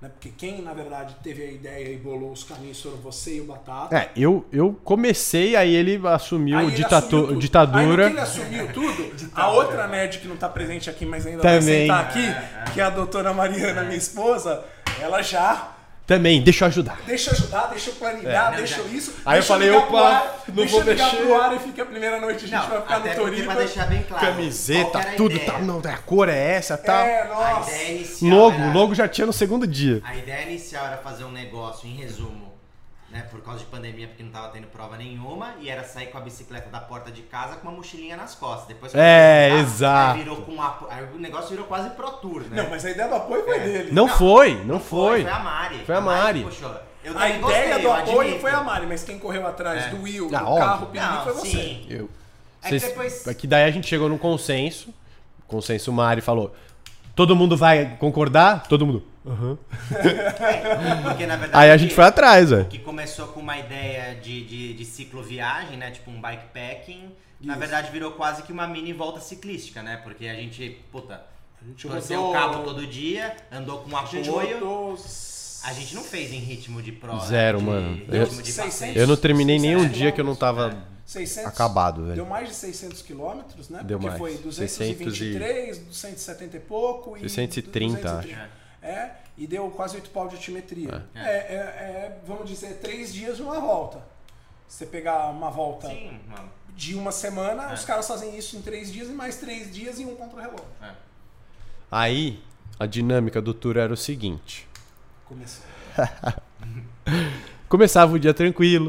Speaker 3: Né? Porque quem, na verdade, teve a ideia e bolou os caminhos foram você e o Batata.
Speaker 2: É, eu, eu comecei, aí ele assumiu
Speaker 3: Aí ele
Speaker 2: ditatu-
Speaker 3: assumiu tudo.
Speaker 2: ditadura.
Speaker 3: Aí no que ele assumiu tudo, a outra nerd que não tá presente aqui, mas ainda vai
Speaker 2: Também.
Speaker 3: sentar aqui, que é a doutora Mariana, minha esposa, ela já
Speaker 2: Também, deixa eu ajudar.
Speaker 3: deixa eu ajudar, deixa eu planejar,
Speaker 4: É. não,
Speaker 3: deixa
Speaker 4: já.
Speaker 3: eu isso.
Speaker 2: Aí eu
Speaker 3: deixa
Speaker 2: falei,
Speaker 3: ligar
Speaker 2: opa,
Speaker 3: pro ar,
Speaker 2: não
Speaker 3: deixa
Speaker 2: vou
Speaker 3: eu ligar
Speaker 2: mexer.
Speaker 3: pro ar e fica a primeira noite, a gente
Speaker 4: Não,
Speaker 3: vai ficar
Speaker 4: até
Speaker 3: no
Speaker 4: porque
Speaker 3: Torino.
Speaker 4: pra deixar bem claro. qual que
Speaker 2: Camiseta,
Speaker 4: era a
Speaker 2: tudo,
Speaker 4: ideia?
Speaker 2: tá, não, a cor é essa, tal.
Speaker 3: É,
Speaker 4: A
Speaker 3: nossa.
Speaker 4: ideia inicial
Speaker 2: Logo,
Speaker 4: era-
Speaker 2: logo já tinha no segundo dia.
Speaker 4: A ideia inicial era fazer um negócio, em resumo, né? Por causa de pandemia, porque não tava tendo prova nenhuma, e era sair com a bicicleta da porta de casa com uma mochilinha nas costas. Depois que
Speaker 2: É,
Speaker 4: eu fui
Speaker 2: exato.
Speaker 4: Aí, virou com apo- aí o negócio virou quase pro tour, né?
Speaker 3: Não, mas a ideia do apoio
Speaker 4: É.
Speaker 3: foi dele.
Speaker 2: Não, foi, não foi.
Speaker 4: foi É a Mari.
Speaker 2: Foi a Mari.
Speaker 4: que puxou. Eu
Speaker 3: a
Speaker 4: também
Speaker 3: ideia
Speaker 4: gostei,
Speaker 3: do
Speaker 4: eu
Speaker 3: apoio
Speaker 4: admito. É.
Speaker 3: foi a Mari, mas quem correu atrás do Will,
Speaker 2: Ah,
Speaker 3: do
Speaker 2: óbvio.
Speaker 3: carro, Pirulito,
Speaker 4: Não,
Speaker 3: foi você.
Speaker 4: sim.
Speaker 2: Eu.
Speaker 4: É que
Speaker 2: Vocês-
Speaker 4: depois-
Speaker 2: é que daí a gente chegou num consenso. Consenso o Mari falou. Todo mundo vai concordar? Todo mundo.
Speaker 4: É, <laughs> porque na verdade.
Speaker 2: Uhum. Aí a gente foi atrás, velho.
Speaker 4: que começou com uma ideia de, de, de cicloviagem, né? Tipo um bikepacking. Na verdade, virou quase que uma mini volta ciclística, né? Porque a gente, puta,
Speaker 3: gente
Speaker 4: torceu o
Speaker 3: rodou.
Speaker 4: cabo todo dia, andou com um
Speaker 3: A gente
Speaker 4: apoio.
Speaker 3: rodou
Speaker 4: A gente não fez em ritmo de prova.
Speaker 2: Zero,
Speaker 4: de-
Speaker 2: mano.
Speaker 4: de
Speaker 2: Eu-
Speaker 4: ritmo de passeio.
Speaker 2: Eu não terminei
Speaker 3: Seiscentos
Speaker 2: nenhum dia que eu não tava.
Speaker 3: É. 600,
Speaker 2: Acabado, velho.
Speaker 3: Deu mais de 600 quilômetros, né?
Speaker 2: Deu
Speaker 3: Porque
Speaker 2: mais.
Speaker 3: foi 223, 270 e pouco. E
Speaker 2: 630,
Speaker 3: 230. É, e deu quase 8 pau de altimetria. É, é- é, vamos dizer, 3 dias e uma volta. Você pegar uma volta
Speaker 4: Sim, mano.
Speaker 3: de uma semana, os caras fazem isso em 3 dias e mais 3 dias em um contra-relógio.
Speaker 4: É.
Speaker 2: Aí a dinâmica do tour era o seguinte:
Speaker 3: Começou.
Speaker 2: começava o dia tranquilo.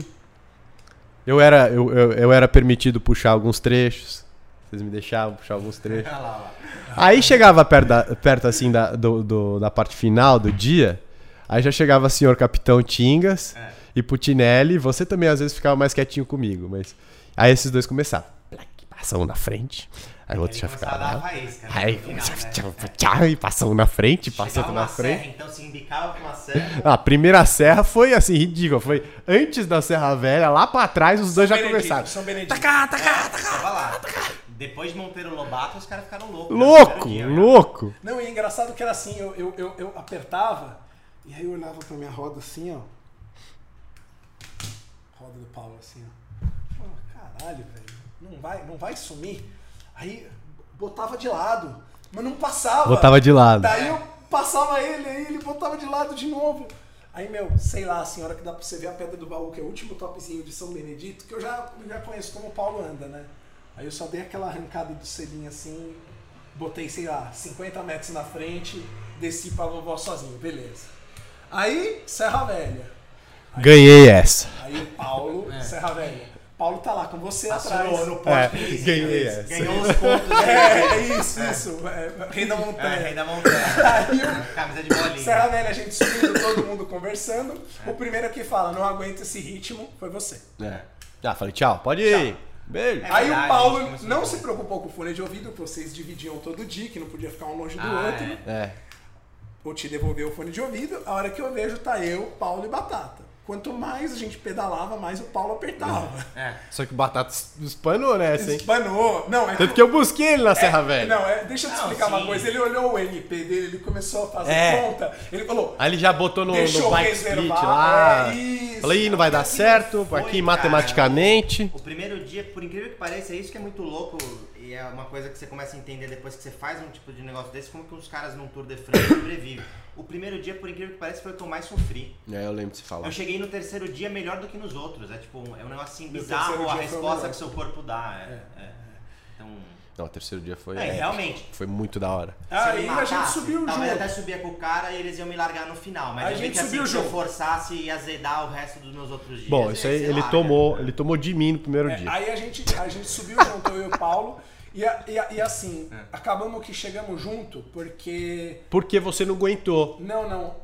Speaker 2: Eu era, eu, eu, eu era permitido puxar alguns trechos. Vocês me deixavam puxar alguns trechos.
Speaker 4: Olha lá, lá.
Speaker 2: Aí chegava perto, da- perto, assim da, do- do- da parte final do dia, aí já chegava o senhor Capitão Tingas e Putinelli, você também às vezes ficava mais quietinho comigo, mas. Aí esses dois começavam. Plac, Passa um na frente, aí o outro
Speaker 4: Ele
Speaker 2: já
Speaker 4: começava
Speaker 2: ficava.
Speaker 4: a dar
Speaker 2: lá.
Speaker 4: faísca, né,
Speaker 2: Aí
Speaker 4: no final, né?
Speaker 2: tchau, tchau, e passa um na frente, passa
Speaker 4: Chegava
Speaker 2: outro um na
Speaker 4: uma
Speaker 2: frente.
Speaker 4: serra, então se embicava com uma serra.
Speaker 2: A primeira serra foi assim, ridícula. Foi antes da Serra Velha, lá pra trás, os dois já conversaram.
Speaker 3: São Benedito.
Speaker 4: Tava lá. Depois de Monteiro Lobato, os caras ficaram loucos. né?
Speaker 2: Louco,
Speaker 4: Primeiro dia, né?
Speaker 2: louco.
Speaker 3: Não, e é engraçado que era assim, eu, eu, eu, eu apertava e aí eu olhava pra minha roda assim, ó. Roda do Paulo assim, ó. Falava, caralho, velho. Não vai, não vai sumir. Aí botava de lado, mas não passava.
Speaker 2: Botava de lado.
Speaker 3: Daí eu passava ele, aí ele botava de lado de novo. Aí, meu, sei lá, assim, a hora que dá pra você ver a Pedra do Baú, que é o último topzinho de São Benedito, que eu já, já conheço como o Paulo anda, né? Aí eu só dei aquela arrancada do selinho assim, botei, sei lá, 50 metros na frente, desci pra vovó sozinho, beleza. Aí, Serra Velha.
Speaker 2: Ganhei essa.
Speaker 3: Aí o Paulo, Serra Velha. Paulo tá lá com você
Speaker 4: Passou
Speaker 3: atrás.
Speaker 4: no, no posto.
Speaker 2: É,
Speaker 4: feliz,
Speaker 2: ganhei
Speaker 4: feliz.
Speaker 2: essa.
Speaker 4: Ganhou os pontos.
Speaker 3: <laughs> É, isso, isso. É, Rei da
Speaker 4: É,
Speaker 3: Montanha.
Speaker 4: rei da montanha.
Speaker 3: Aí o
Speaker 4: Camisa de bolinha.
Speaker 3: Serra Velha, a gente subindo, todo mundo conversando. O primeiro é que fala, não aguento esse ritmo, foi você.
Speaker 2: Ah, falei, tchau, pode ir. Beijo.
Speaker 4: É
Speaker 3: Aí
Speaker 4: verdade,
Speaker 3: o Paulo
Speaker 4: a gente começou
Speaker 3: não
Speaker 4: a
Speaker 3: se preocupou com folha de ouvido, que vocês dividiam todo dia, que não podia ficar um longe do
Speaker 4: Ah,
Speaker 3: outro.
Speaker 4: é.
Speaker 2: É.
Speaker 3: Ou te devolver o fone de ouvido. A hora que eu vejo, tá eu, Paulo e Batata. Quanto mais a gente pedalava, mais o
Speaker 2: <laughs>
Speaker 3: Paulo apertava.
Speaker 4: É.
Speaker 2: Só que o Batata es- espanou nessa, hein?
Speaker 3: Espanou. Não, é...
Speaker 2: Tanto que eu busquei ele na Serra Velha.
Speaker 3: <laughs> Não, é, deixa eu te
Speaker 4: Não,
Speaker 3: explicar
Speaker 4: sim.
Speaker 3: uma coisa. Ele olhou o NP dele, ele começou a fazer
Speaker 2: É.
Speaker 3: conta. Ele falou,
Speaker 2: Aí ele já botou no,
Speaker 3: Deixa
Speaker 2: no
Speaker 3: eu
Speaker 2: bike
Speaker 3: reservar,
Speaker 2: split lá.
Speaker 3: é isso.
Speaker 2: Falei, "Ih, não vai dar certo,
Speaker 4: Foi,
Speaker 2: aqui
Speaker 4: cara.
Speaker 2: matematicamente.
Speaker 4: O primeiro dia, por incrível que pareça, é isso que é muito louco e é uma coisa que você começa a entender depois que você faz um tipo de negócio desse, como que os caras num Tour de France <coughs> sobrevivem. O primeiro dia, por incrível que pareça, foi o que eu mais sofri.
Speaker 2: É, eu lembro de você falar.
Speaker 4: Eu cheguei no terceiro dia melhor do que nos outros. É tipo, um- é um negócio assim
Speaker 3: No
Speaker 4: bizarro
Speaker 3: terceiro
Speaker 4: a
Speaker 3: dia foi o
Speaker 4: resposta
Speaker 3: melhor.
Speaker 4: que seu corpo dá. É, é. Então,
Speaker 2: Não, o terceiro dia foi.
Speaker 4: é,
Speaker 2: épico.
Speaker 4: realmente.
Speaker 2: Foi muito da hora.
Speaker 4: Se eu me
Speaker 3: aí Ah, a gente
Speaker 4: matasse,
Speaker 3: subiu
Speaker 4: Talvez
Speaker 3: junto.
Speaker 4: até subia com o cara e eles iam me largar no final. Mas
Speaker 3: A
Speaker 4: eu vi
Speaker 3: gente
Speaker 4: que assim,
Speaker 3: subiu
Speaker 4: se eu
Speaker 3: junto.
Speaker 4: forçasse, ia azedar o resto dos meus outros dias.
Speaker 2: Bom, isso aí
Speaker 4: Sei
Speaker 2: ele
Speaker 4: lá,
Speaker 2: tomou,
Speaker 4: né?
Speaker 2: ele tomou de mim no primeiro
Speaker 3: É,
Speaker 2: dia.
Speaker 3: aí a gente, a gente subiu junto, eu e o Paulo. E, a- e a- e assim, acabamos que chegamos junto, porque.
Speaker 2: Porque você não aguentou.
Speaker 3: Não, não.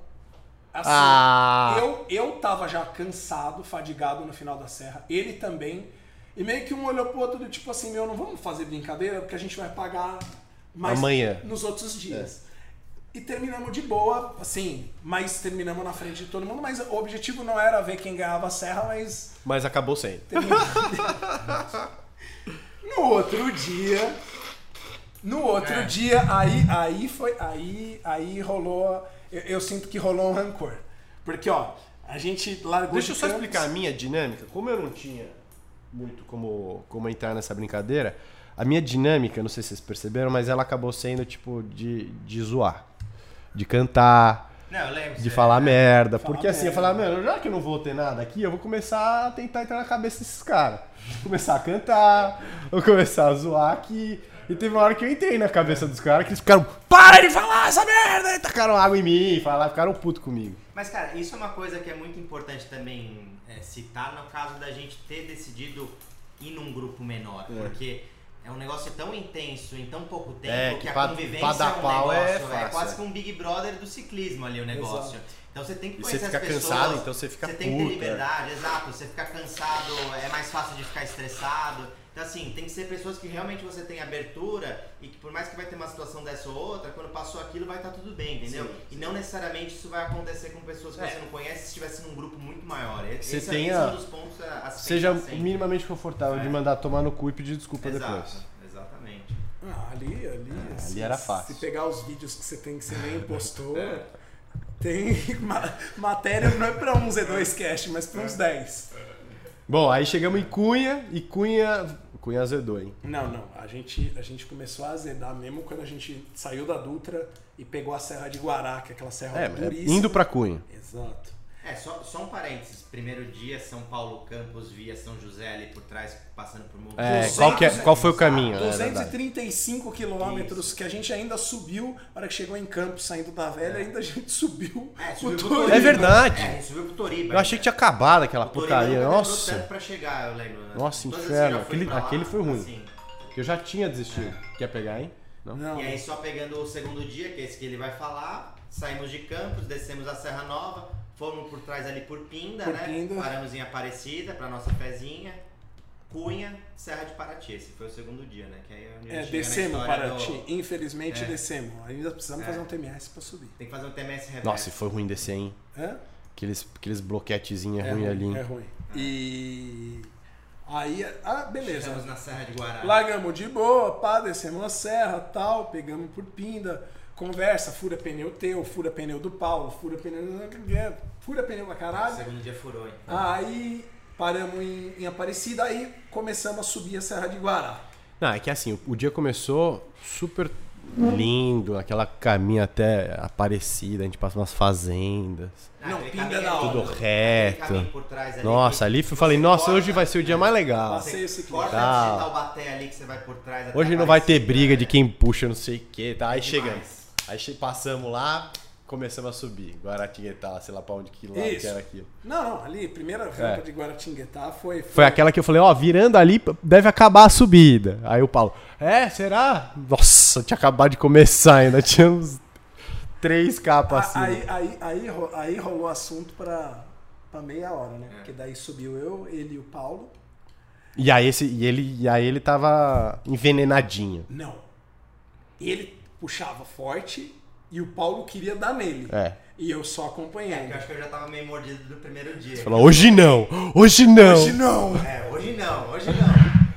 Speaker 3: Assim,
Speaker 2: Ah.
Speaker 3: eu, eu tava já cansado, fadigado no final da serra, ele também. E meio que um olhou pro outro do tipo assim: meu, não vamos fazer brincadeira, porque a gente vai pagar mais
Speaker 2: Amanhã.
Speaker 3: nos outros dias. E terminamos de boa, assim, mas terminamos na frente de todo mundo. Mas o objetivo não era ver quem ganhava a serra, mas
Speaker 2: Mas acabou sendo.
Speaker 3: No outro dia. No outro
Speaker 2: É.
Speaker 3: dia, aí, aí foi. Aí, aí rolou. Eu, eu sinto que rolou um rancor. Porque, ó, a gente largou.
Speaker 2: Deixa
Speaker 3: de
Speaker 2: eu só
Speaker 3: Campos-
Speaker 2: explicar a minha dinâmica. Como eu não tinha muito como, como entrar nessa brincadeira, a minha dinâmica, não sei se vocês perceberam, mas ela acabou sendo tipo de, de zoar. De cantar,
Speaker 4: Não, eu lembro.
Speaker 2: de
Speaker 4: você-
Speaker 2: falar merda. porque
Speaker 3: merda.
Speaker 2: assim, eu falava, mano, já que eu não vou ter nada aqui, eu vou começar a tentar entrar na cabeça desses caras. Vou Começar a cantar, vou começar a zoar aqui. E teve uma hora que eu entrei na cabeça dos caras que eles ficaram, para de falar essa merda! E tacaram água em mim, falaram, ficaram puto comigo.
Speaker 4: Mas, cara, isso é uma coisa que é muito importante também é, citar no caso da gente ter decidido ir num grupo menor. Porque é um negócio tão intenso em tão pouco tempo
Speaker 2: É,
Speaker 4: que,
Speaker 2: que
Speaker 4: a
Speaker 2: pra-
Speaker 4: convivência
Speaker 2: pra dar
Speaker 4: é um
Speaker 2: pau é
Speaker 4: negócio.
Speaker 2: fácil,
Speaker 4: quase
Speaker 2: é.
Speaker 4: que um Big Brother do ciclismo ali o negócio. Então você tem que
Speaker 2: E
Speaker 4: conhecer
Speaker 2: você fica
Speaker 4: as pessoas.
Speaker 2: cansado, então você fica
Speaker 4: Você tem que ter
Speaker 2: puto,
Speaker 4: liberdade, exato. Você fica cansado, é mais fácil de ficar estressado. Então, assim, tem que ser pessoas que realmente você tem abertura e que por mais que vai ter uma situação dessa ou outra, quando passou aquilo vai estar tudo bem, entendeu? E não necessariamente isso vai acontecer com pessoas que você não conhece se estivesse num grupo muito maior. E-
Speaker 2: Você
Speaker 4: esse,
Speaker 2: tem
Speaker 4: esse
Speaker 2: a-
Speaker 4: é um dos pontos a, a se
Speaker 2: Seja
Speaker 4: pensar sempre.
Speaker 2: minimamente confortável de mandar tomar no cu e pedir desculpa
Speaker 4: Exato,
Speaker 2: depois.
Speaker 4: exatamente.
Speaker 3: Ah, ali, ali. assim,
Speaker 2: era fácil.
Speaker 3: Se pegar os vídeos que você tem que você nem impostor.
Speaker 2: É.
Speaker 3: Tem <laughs> ma- matéria, não é pra um Z2 Cash, mas pra
Speaker 2: É.
Speaker 3: uns 10.
Speaker 2: Bom, aí chegamos em Cunha e Cunha. Cunha azedou, hein?
Speaker 3: Não, não. A gente, a gente começou a azedar mesmo quando a gente saiu da Dutra e pegou a Serra de Guará, que é aquela serra
Speaker 2: É, mas é
Speaker 3: puríssima.
Speaker 2: indo pra Cunha.
Speaker 3: Exato.
Speaker 4: É, só, só um parênteses. Primeiro dia, São Paulo Campos via São José ali por trás, passando por Monte
Speaker 2: É,
Speaker 4: Santo.
Speaker 2: qual, que é- qual foi o caminho? né, verdade?
Speaker 3: 235 quilômetros que a gente ainda subiu, na hora que chegou em Campos saindo da velha, ainda a gente subiu
Speaker 4: É,
Speaker 3: o
Speaker 4: subiu pro
Speaker 3: Torino.
Speaker 4: Toriba.
Speaker 2: É verdade.
Speaker 4: É, a gente subiu pro Toriba.
Speaker 2: Eu achei que tinha acabado aquela putaria. Nossa.
Speaker 4: Pra chegar, eu lembro, né?
Speaker 2: Nossa,
Speaker 4: Todas
Speaker 2: inferno.
Speaker 4: assim, já fui
Speaker 2: Aquele-
Speaker 4: pra lá,
Speaker 2: aquele foi ruim.
Speaker 4: assim,
Speaker 2: Que eu já tinha desistido. Quer pegar, hein? Não?
Speaker 3: Não, é,
Speaker 4: E aí só pegando o segundo dia, que é esse que ele vai falar, saímos de Campos, descemos a Serra Nova, fomos por trás ali por Pinda,
Speaker 3: Por
Speaker 4: né?
Speaker 3: Pinda.
Speaker 4: Paramos em Aparecida pra nossa pezinha. Cunha, Serra de Paraty, esse foi o segundo dia, né? Que aí é, onde a
Speaker 3: é,
Speaker 4: gente chega na
Speaker 3: descemos,
Speaker 4: história do-
Speaker 3: Paraty. Infelizmente,
Speaker 4: É.
Speaker 3: descemos. Ainda precisamos
Speaker 4: É.
Speaker 3: fazer um TMS pra subir.
Speaker 4: Tem que fazer um TMS reverso.
Speaker 2: Nossa, e foi ruim descer, hein?
Speaker 3: Hã?
Speaker 2: Aqueles, aqueles bloquetezinhos é ruim ali. hein?
Speaker 3: É ruim. E. Aí, ah, beleza.
Speaker 4: Chegamos na Serra de Guará.
Speaker 3: Largamos de boa, pá, descemos a serra, tal, pegamos por pinda, conversa, fura pneu teu, fura pneu do Paulo, fura pneu. Fura pneu pra
Speaker 4: O
Speaker 3: caralho.
Speaker 4: segundo dia furou, hein?
Speaker 3: Aí paramos em, em Aparecida, aí começamos a subir a Serra de Guará.
Speaker 2: Não, é que assim, o- o dia começou super lindo, aquela caminha até Aparecida, a gente passa umas fazendas,
Speaker 4: Ah,
Speaker 3: Não,
Speaker 4: aquele
Speaker 3: pinda
Speaker 4: caminho
Speaker 3: na
Speaker 4: ali,
Speaker 3: hora.
Speaker 2: tudo
Speaker 4: aquele
Speaker 2: reto.
Speaker 4: caminho por trás ali,
Speaker 2: Nossa,
Speaker 4: que
Speaker 2: ali eu
Speaker 4: você
Speaker 2: falei, nossa,
Speaker 4: corta-
Speaker 2: hoje vai ser o dia mais legal.
Speaker 3: Nossa, Sei esse
Speaker 4: Você
Speaker 3: que-
Speaker 4: corta
Speaker 2: Tá.
Speaker 4: tá. de Taubaté ali que você vai por trás. até
Speaker 2: Hoje não vai ter
Speaker 4: Aparecida,
Speaker 2: briga de
Speaker 4: né?
Speaker 2: quem puxa, não sei o que, tá? Aí
Speaker 4: Demais.
Speaker 2: chegamos. Aí che- passamos lá, começamos a subir. Guaratinguetá, sei lá pra onde que lá que
Speaker 3: Isso.
Speaker 2: era aquilo.
Speaker 3: Não, não, ali, primeira rampa de Guaratinguetá foi.
Speaker 2: Foi aquela que eu falei, ó, virando ali, deve acabar a subida. Aí o Paulo, é, será? Nossa, tinha acabado de começar ainda, <laughs> tinha uns assim." 3K pra
Speaker 3: A-
Speaker 2: cima.
Speaker 3: Aí, aí, aí, ro- aí rolou assunto pra, pra meia hora, né? Porque daí subiu eu, ele e o Paulo.
Speaker 2: E aí, esse, e, ele, e aí ele tava envenenadinho.
Speaker 3: Não. Ele puxava forte e o Paulo queria dar nele.
Speaker 2: É.
Speaker 3: E eu só
Speaker 4: Eu
Speaker 3: acompanhando.
Speaker 4: acho que eu já tava meio mordido do primeiro dia.
Speaker 2: Falou, hoje não, hoje não, hoje,
Speaker 3: não!
Speaker 4: É, hoje não, hoje não.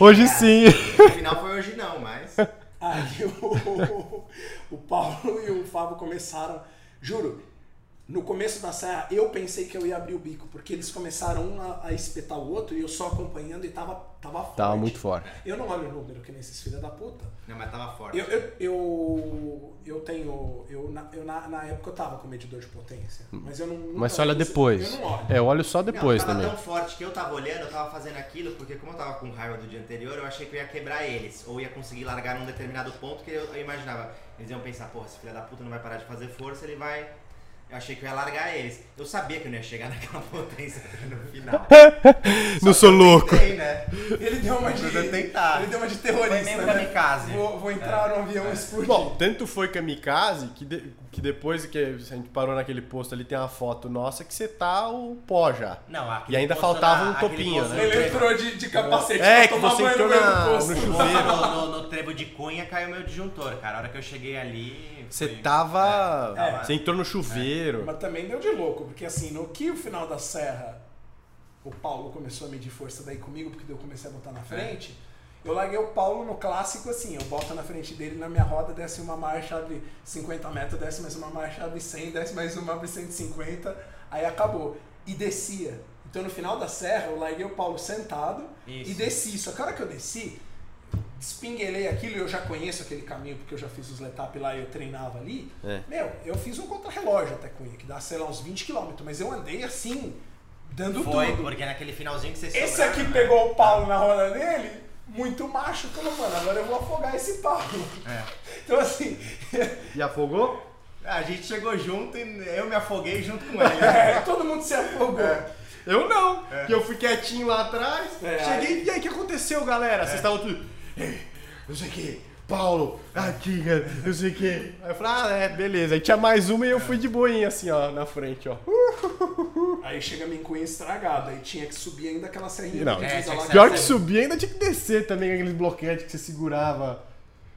Speaker 4: Hoje sim. cara.
Speaker 2: sim.
Speaker 4: No final foi hoje não, mas.
Speaker 3: Aí o, o Paulo e o Fábio começaram. Juro, no começo da serra eu pensei que eu ia abrir o bico, porque eles começaram um a, a espetar o outro e eu só acompanhando e tava, tava forte.
Speaker 2: Tava muito forte.
Speaker 3: Eu não olho o número que nem esses filha da puta.
Speaker 4: Não, mas tava forte.
Speaker 3: Eu, eu, eu, eu tenho. Eu, na, eu na, na época eu tava com medidor de potência. Mas eu não. nunca
Speaker 2: Hum. Mas você olha
Speaker 3: olhei esse-
Speaker 2: depois.
Speaker 3: Eu não olho.
Speaker 2: É, eu olho só depois
Speaker 4: não, tava
Speaker 2: também.
Speaker 4: tão forte que eu tava olhando, eu tava fazendo aquilo, porque como eu tava com raiva do dia anterior, eu achei que eu ia quebrar eles. Ou ia conseguir largar num determinado ponto que eu, eu imaginava. Eles iam pensar, porra, esse filho da puta não vai parar de fazer força, ele vai. Eu achei que eu ia largar eles. Eu sabia que eu não ia chegar <laughs> naquela potência no
Speaker 2: <laughs>
Speaker 4: final.
Speaker 2: Não sou louco.
Speaker 4: Sei, né?
Speaker 3: Ele deu uma de.
Speaker 4: Precisa tentar.
Speaker 3: Ele deu uma de
Speaker 4: Foi
Speaker 3: terrorista.
Speaker 4: meio
Speaker 3: Né?
Speaker 4: kamikaze.
Speaker 3: Vou, vou entrar no avião e explodir.
Speaker 2: Bom, tanto foi kamikaze que, de- que depois que a gente parou naquele posto ali, tem uma foto nossa que você tá o pó já.
Speaker 4: Não, aquele
Speaker 2: E ainda
Speaker 4: posto
Speaker 2: faltava
Speaker 4: da-
Speaker 2: um
Speaker 4: aquele
Speaker 2: topinho,
Speaker 4: posto
Speaker 2: né?
Speaker 4: do
Speaker 3: ele
Speaker 4: trevo.
Speaker 3: entrou de, de capacete
Speaker 2: É,
Speaker 3: pra
Speaker 2: que
Speaker 3: tomar
Speaker 2: você
Speaker 3: banho
Speaker 2: entrou
Speaker 3: no mesmo
Speaker 2: na-
Speaker 3: posto.
Speaker 2: no
Speaker 4: No,
Speaker 2: chuveiro.
Speaker 4: no, no trevo de Cunha caiu meu disjuntor, cara. A hora que eu cheguei ali.
Speaker 2: Você
Speaker 4: foi-
Speaker 2: tava.
Speaker 3: É.
Speaker 2: Você entrou no
Speaker 4: É.
Speaker 2: chuveiro.
Speaker 3: Mas também deu de louco, porque assim, no que o final da serra o Paulo começou a medir força daí comigo, porque daí eu comecei a botar na frente, eu larguei o Paulo no clássico assim, eu boto na frente dele na minha roda, desce uma marcha, abre 50 metros, desce mais uma marcha, abre 100, desce mais uma, abre 150, aí acabou. E descia. Então no final da serra eu larguei o Paulo sentado e
Speaker 4: Isso.
Speaker 3: desci. Só que a hora que eu desci, despinguelei aquilo e eu já conheço aquele caminho porque eu já fiz os letap lá e eu treinava ali.
Speaker 2: É.
Speaker 3: Meu, eu fiz um contrarrelógio até Cunha, que dá, sei lá, uns 20 km, mas eu andei assim, dando
Speaker 4: Foi,
Speaker 3: tudo.
Speaker 4: porque naquele finalzinho que vocês
Speaker 3: Esse
Speaker 4: sobraram,
Speaker 3: aqui
Speaker 4: né?
Speaker 3: pegou o Paulo na roda dele, muito macho, falou, mano, agora eu vou afogar esse Paulo.
Speaker 4: É.
Speaker 3: Então assim, <laughs>
Speaker 2: E afogou?
Speaker 4: A gente chegou junto e eu me afoguei junto com ele. né?
Speaker 3: <laughs> é, todo mundo se afogou.
Speaker 4: É.
Speaker 2: Eu não, que eu fui quietinho lá atrás.
Speaker 3: É,
Speaker 2: cheguei e aí o que aconteceu, galera?
Speaker 4: É.
Speaker 2: Vocês estavam tudo. "Ei, Não sei o que, Paulo, aqui, cara, não sei o que. Aí eu falei, ah, é, beleza. Aí tinha mais uma e eu fui de boinha, assim, ó, na frente, ó.
Speaker 3: Aí chega a minha Cunha estragada, aí tinha que subir ainda aquela serrinha
Speaker 2: Não,
Speaker 3: que
Speaker 4: é,
Speaker 3: divisa
Speaker 4: tinha
Speaker 3: lá.
Speaker 4: que
Speaker 2: Pior que subir, ainda tinha que descer também aqueles bloquetes que você segurava.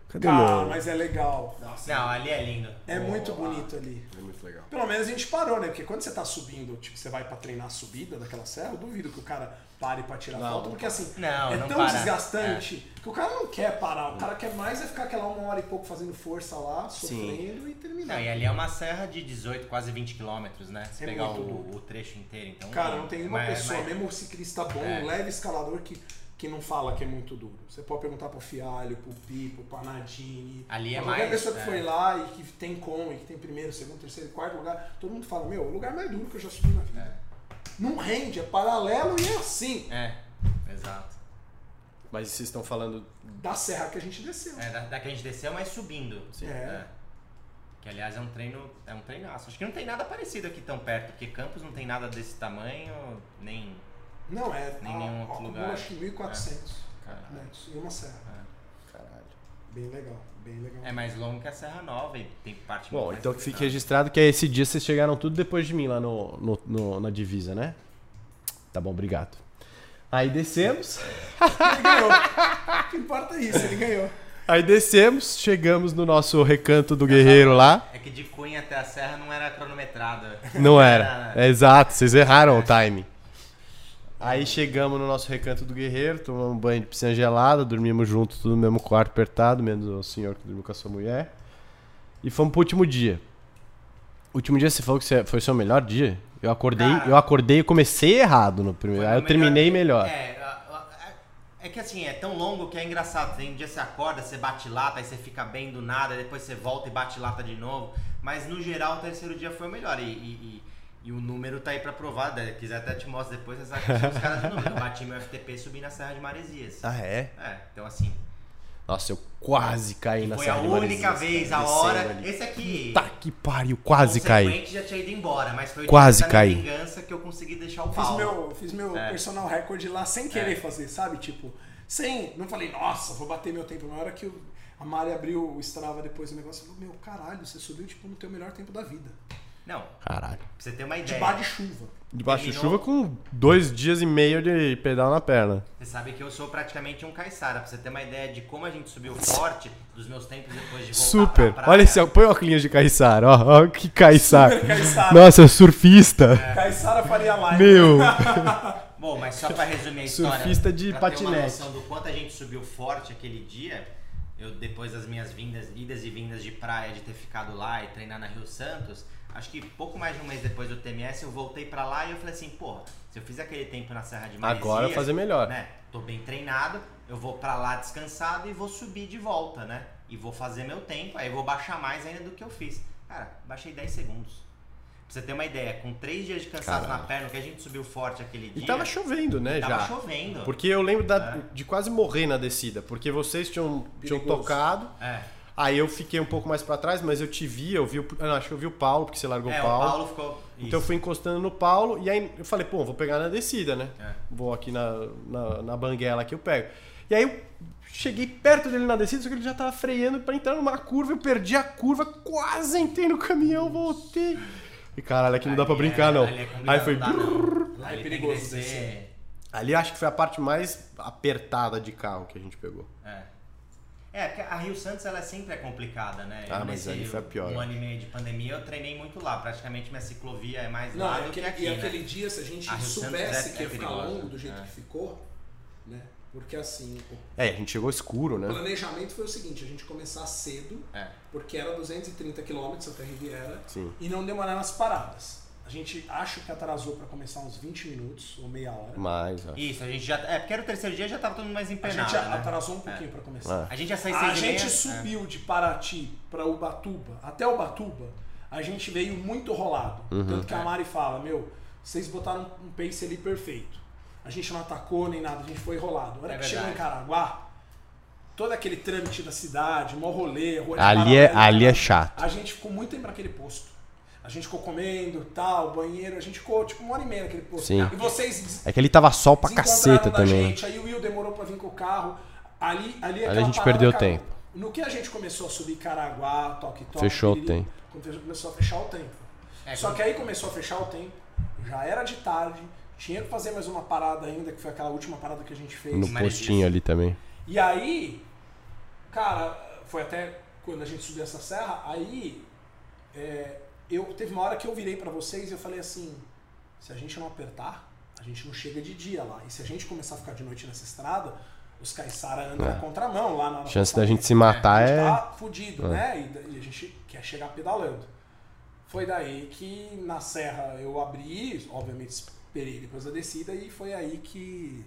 Speaker 2: Cadê
Speaker 3: Ah,
Speaker 2: meu?
Speaker 3: mas é legal.
Speaker 4: Não, ali é lindo.
Speaker 3: É muito bonito ali.
Speaker 2: É muito legal.
Speaker 3: Pelo menos a gente parou, né? Porque quando você tá subindo, tipo, você vai pra treinar a subida daquela serra, eu duvido que o cara pare pra tirar foto, porque assim,
Speaker 4: Não,
Speaker 3: é
Speaker 4: não
Speaker 3: tão
Speaker 4: para. É.
Speaker 3: desgastante que o cara não quer parar. O cara quer mais é ficar aquela uma hora e pouco fazendo força lá, sofrendo e
Speaker 4: Não,
Speaker 3: terminar.
Speaker 4: e ali é uma serra de 18, quase 20 quilômetros, né? Se
Speaker 3: É
Speaker 4: pegar
Speaker 3: muito
Speaker 4: o, o trecho inteiro, então.
Speaker 3: Cara, não tem uma
Speaker 4: mas-
Speaker 3: pessoa,
Speaker 4: mas-
Speaker 3: mesmo o ciclista bom,
Speaker 4: É.
Speaker 3: um leve escalador, que, que não fala que é muito duro. Você pode perguntar pro Fialho, pro Pipo, pro Anadini.
Speaker 4: Ali é
Speaker 3: pra Qualquer
Speaker 4: mais,
Speaker 3: pessoa que
Speaker 4: é.
Speaker 3: foi lá e que tem como, e que tem primeiro, segundo, terceiro, quarto lugar, todo mundo fala, meu, é o lugar mais duro que eu já subi na vida. Não rende, é paralelo e é assim.
Speaker 4: É, exato.
Speaker 2: Mas vocês estão falando.
Speaker 3: Da serra que a gente desceu.
Speaker 4: É, da, da que a gente desceu, mas subindo.
Speaker 3: É.
Speaker 4: Que aliás é um treino. É um treinaço. Acho que não tem nada parecido aqui tão perto, porque Campos não tem nada desse tamanho, nem.
Speaker 3: Não, é.
Speaker 4: Nem
Speaker 3: a-
Speaker 4: nenhum outro
Speaker 3: acumula,
Speaker 4: lugar. É.
Speaker 3: Acho que 1400.
Speaker 4: Caralho.
Speaker 3: montes e uma serra.
Speaker 2: Caralho.
Speaker 3: Bem legal, bem legal.
Speaker 4: É mais longo que a Serra Nova e tem parte
Speaker 2: Bom,
Speaker 4: mais
Speaker 2: então que fique
Speaker 4: complicada.
Speaker 2: registrado que esse dia vocês chegaram tudo depois de mim lá no, no- no- na divisa, né? Tá bom, obrigado. Aí descemos.
Speaker 3: Ele ganhou. o que importa é isso, ele ganhou.
Speaker 2: Aí descemos, chegamos no nosso recanto do guerreiro lá.
Speaker 4: É que de Cunha até a Serra não era cronometrada. <laughs>
Speaker 2: Não
Speaker 4: né?
Speaker 2: era. É exato, vocês erraram o time. Aí chegamos no nosso recanto do guerreiro, tomamos um banho de piscina gelada, dormimos juntos, tudo no mesmo quarto apertado, menos o senhor que dormiu com a sua mulher. E fomos pro último dia. O último dia você falou que você- foi o seu melhor dia? Eu acordei,
Speaker 4: Cara.
Speaker 2: eu acordei e comecei errado no primeiro.
Speaker 4: Foi
Speaker 2: Aí eu
Speaker 4: o
Speaker 2: terminei
Speaker 4: dia-
Speaker 2: melhor.
Speaker 4: É, a- a- é que assim, é tão longo que é engraçado. Tem um dia você acorda, você bate lata, aí você fica bem do nada, depois você volta e bate lata de novo. Mas no geral, o terceiro dia foi o melhor. E, e- e- e o número tá aí pra provar. Se quiser até te mostro depois, você sabe que são os caras de número. Eu bati meu FTP e subi na Serra de Maresias.
Speaker 2: Ah, é?
Speaker 4: É, então assim,
Speaker 2: Nossa, eu quase caí na
Speaker 4: foi a
Speaker 2: Serra de
Speaker 4: única
Speaker 2: Maresias,
Speaker 4: vez, a
Speaker 2: cara,
Speaker 4: hora.
Speaker 2: descendo ali.
Speaker 4: Esse aqui.
Speaker 2: Tá que pariu, quase caí.
Speaker 4: consequente, já tinha ido embora, mas foi o
Speaker 2: Quase
Speaker 4: dia da
Speaker 2: caí.
Speaker 4: minha vingança que eu consegui deixar o
Speaker 3: Fiz
Speaker 4: pau. É.
Speaker 3: meu, fiz meu personal record lá sem querer fazer, sabe? Tipo, sem. Não falei, nossa, vou bater meu tempo. Na hora que o- a Mari abriu o Strava depois do negócio, eu falei, meu caralho, você subiu tipo no teu melhor tempo da vida.
Speaker 4: Não, pra
Speaker 2: Caralho.
Speaker 4: você ter uma
Speaker 3: De
Speaker 4: ideia.
Speaker 3: bar de chuva.
Speaker 2: Debaixo de
Speaker 4: Terminou?
Speaker 2: chuva com dois dias e meio de pedal na perna.
Speaker 4: Você sabe que eu sou praticamente um caiçara, pra você ter uma ideia de como a gente subiu forte dos meus tempos depois de voltar
Speaker 2: Super.
Speaker 4: pra praia.
Speaker 2: Olha esse, ó, põe o óculos de caiçara, ó. ó que caiçara.
Speaker 3: Super caiçara.
Speaker 2: Nossa, é um
Speaker 4: É.
Speaker 2: surfista.
Speaker 3: Caissara
Speaker 4: <laughs>
Speaker 3: faria live. <laughs>
Speaker 2: Meu.
Speaker 4: Bom, mas só pra resumir a história.
Speaker 2: Surfista de
Speaker 4: pra ter uma
Speaker 2: patinete.
Speaker 4: noção do quanto a gente subiu forte aquele dia, eu depois das minhas vindas, idas e vindas de praia, de ter ficado lá e treinar na Rio Santos, acho que pouco mais de um mês depois do TMS eu voltei pra lá e eu falei assim, porra, se eu fiz aquele tempo na Serra de Maresias...
Speaker 2: Agora eu vou fazer melhor.
Speaker 4: Né, tô bem treinado, eu vou pra lá descansado e vou subir de volta, né? E vou fazer meu tempo, aí eu vou baixar mais ainda do que eu fiz. Cara, baixei 10 segundos. Pra você ter uma ideia, com 3 dias de cansaço na perna, que a gente subiu forte aquele dia...
Speaker 2: E tava chovendo, né,
Speaker 4: Tava
Speaker 2: já.
Speaker 4: chovendo.
Speaker 2: Porque eu lembro da- de quase morrer na descida, porque vocês tinham, tinham
Speaker 3: Perigoso.
Speaker 2: tocado.
Speaker 4: É.
Speaker 2: Aí eu fiquei um pouco mais pra trás, mas eu te vi, eu vi o. ah, Não, acho que eu vi o Paulo, porque você largou
Speaker 4: É,
Speaker 2: o Paulo.
Speaker 4: o Paulo ficou.
Speaker 2: Então eu fui encostando no Paulo e aí eu falei, pô, vou pegar na descida, né?
Speaker 4: É.
Speaker 2: Vou aqui na, na, na banguela que eu pego. E aí eu cheguei perto dele na descida, só que ele já tava freando pra entrar numa curva, eu perdi a curva, quase entrei no caminhão, voltei. E caralho, aqui não dá pra
Speaker 3: é,
Speaker 2: brincar, não.
Speaker 4: é
Speaker 2: aí foi.
Speaker 4: Aí
Speaker 3: perigoso
Speaker 4: é perigoso.
Speaker 3: descer.
Speaker 2: Ali acho que foi a parte mais apertada de carro que a gente pegou.
Speaker 4: É. É, porque a Rio Santos ela sempre é complicada, né?
Speaker 2: Ah,
Speaker 4: Eu,
Speaker 2: mas ali foi a pior.
Speaker 4: Um ano e meio de pandemia, eu treinei muito lá. Praticamente minha ciclovia é mais
Speaker 3: Não,
Speaker 4: lá
Speaker 3: e
Speaker 4: do
Speaker 3: aquele,
Speaker 4: que aqui.
Speaker 3: e é
Speaker 4: né?
Speaker 3: aquele dia, se a gente
Speaker 4: A Rio Santos
Speaker 3: soubesse
Speaker 4: é-
Speaker 3: que
Speaker 4: é
Speaker 3: ia ficar
Speaker 4: perigosa,
Speaker 3: longo do jeito
Speaker 4: é.
Speaker 3: que ficou, né? Porque assim, o
Speaker 2: É, a gente chegou escuro, né?
Speaker 3: planejamento foi o seguinte, a gente começar cedo,
Speaker 4: É.
Speaker 3: porque era 230 km até Riviera,
Speaker 2: Sim.
Speaker 3: e não demorar nas paradas. A gente acho que atrasou pra começar uns 20 minutos ou meia hora.
Speaker 2: Mas, ó.
Speaker 4: Isso, a gente já. É, porque era o terceiro dia já tava todo mundo mais
Speaker 3: a
Speaker 4: empenado.
Speaker 3: gente
Speaker 4: né? É.
Speaker 3: atrasou um pouquinho pra começar.
Speaker 4: A gente já saiu
Speaker 3: A
Speaker 4: seis e
Speaker 3: gente
Speaker 4: meia, é.
Speaker 3: subiu de Paraty pra Ubatuba, até Ubatuba, a gente veio muito rolado.
Speaker 2: Uhum.
Speaker 3: Tanto
Speaker 4: É.
Speaker 3: que a Mari fala, meu, vocês botaram um pace ali perfeito. A gente não atacou nem nada, a gente foi rolado. A hora
Speaker 4: É
Speaker 3: que chegou em
Speaker 4: verdade.
Speaker 3: Caraguá, todo aquele trâmite da cidade, mó rolê, rua de
Speaker 2: Ali é-
Speaker 3: paralela,
Speaker 2: ali é chato.
Speaker 3: A gente ficou muito tempo naquele posto. A gente ficou comendo, tal, banheiro, a gente ficou tipo uma hora e meia naquele posto.
Speaker 2: Sim.
Speaker 3: E vocês des-
Speaker 2: É que ele tava sol pra
Speaker 3: Desencontraram
Speaker 2: caceta
Speaker 3: da
Speaker 2: também. né?
Speaker 3: gente, aí o Will demorou pra vir com o carro. Ali, ali,
Speaker 2: a
Speaker 3: aquela
Speaker 2: gente
Speaker 3: parada,
Speaker 2: perdeu
Speaker 3: cara,
Speaker 2: tempo.
Speaker 3: No que a gente começou a subir Caraguá, Toque Toque.
Speaker 2: Fechou o
Speaker 3: piriri,
Speaker 2: tempo.
Speaker 3: quando a gente Começou a fechar o tempo.
Speaker 4: É,
Speaker 3: Só
Speaker 4: quando-
Speaker 3: que aí começou a fechar o tempo, já era de tarde, tinha que fazer mais uma parada ainda, que foi aquela última parada que a gente fez.
Speaker 2: No postinho ali também.
Speaker 3: E aí, cara, foi até quando a gente subiu essa serra, aí é, eu teve uma hora que eu virei pra vocês e eu falei assim, se a gente não apertar, a gente não chega de dia lá. E se a gente começar a ficar de noite nessa estrada, os caiçara andam na contramão lá na
Speaker 2: É. Chance da gente se matar
Speaker 3: a gente
Speaker 2: é-
Speaker 3: tá fudido, né? E, da- e a gente quer chegar pedalando. Foi daí que na serra eu abri, obviamente esperei depois da descida e foi aí que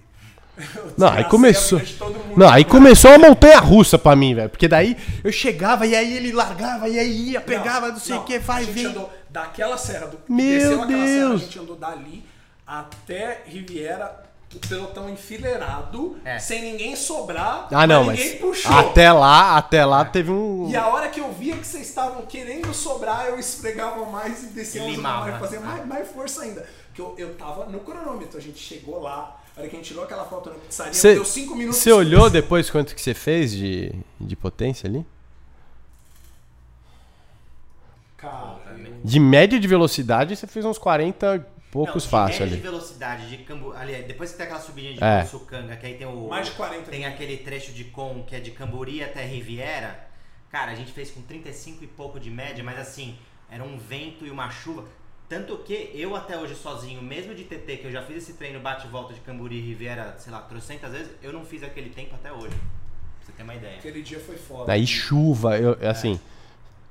Speaker 3: <laughs> eu
Speaker 2: Não, aí
Speaker 3: desgracei a
Speaker 2: começou.
Speaker 3: vida de todo mundo.
Speaker 2: Não, aí começou a montanha russa pra mim, velho. Porque daí eu chegava e aí ele largava e aí ia, pegava, não, sei o que, vai,
Speaker 3: a gente
Speaker 2: vem.
Speaker 3: andou daquela serra do
Speaker 2: Meu
Speaker 3: desceu aquela serra, a
Speaker 2: Deus!
Speaker 3: gente andou dali até Riviera, o pelotão enfileirado,
Speaker 4: É.
Speaker 3: sem ninguém sobrar,
Speaker 2: Ah, não,
Speaker 3: mas
Speaker 2: mas.
Speaker 3: ninguém puxou.
Speaker 2: Até lá, até lá teve
Speaker 4: Tipo,
Speaker 2: um.
Speaker 3: E a hora que eu via que vocês estavam querendo sobrar, eu esfregava mais e descia
Speaker 4: E
Speaker 3: mais,
Speaker 4: limava.
Speaker 3: mais, fazia mais, mais força ainda. Porque eu, eu tava no cronômetro, a gente chegou lá, A hora que a gente tirou aquela foto na pizzaria,
Speaker 2: Cê-
Speaker 3: deu 5 minutos.
Speaker 2: Você olhou depois quanto que você fez de, de potência ali?
Speaker 3: Cara,
Speaker 4: né?
Speaker 3: eu-
Speaker 2: De média de velocidade, você fez uns 40 e poucos
Speaker 4: Não, de
Speaker 2: fácil
Speaker 4: média
Speaker 2: ali.
Speaker 4: de velocidade de cambu... Ali, depois que tem aquela subidinha de
Speaker 2: É.
Speaker 4: Sucanga, que aí tem o...
Speaker 3: Mais de 40
Speaker 4: Tem aquele trecho de com que é de Camburi até Riviera. Cara, a gente fez com 35 e pouco de média, mas assim, era um vento e uma chuva. Tanto que eu até hoje sozinho, mesmo de TT, que eu já fiz esse treino bate-volta de Camburi e Riviera, sei lá, trocentas vezes, eu não fiz aquele tempo até hoje. Pra você ter uma ideia.
Speaker 3: aquele dia foi foda.
Speaker 2: Daí chuva, eu, assim,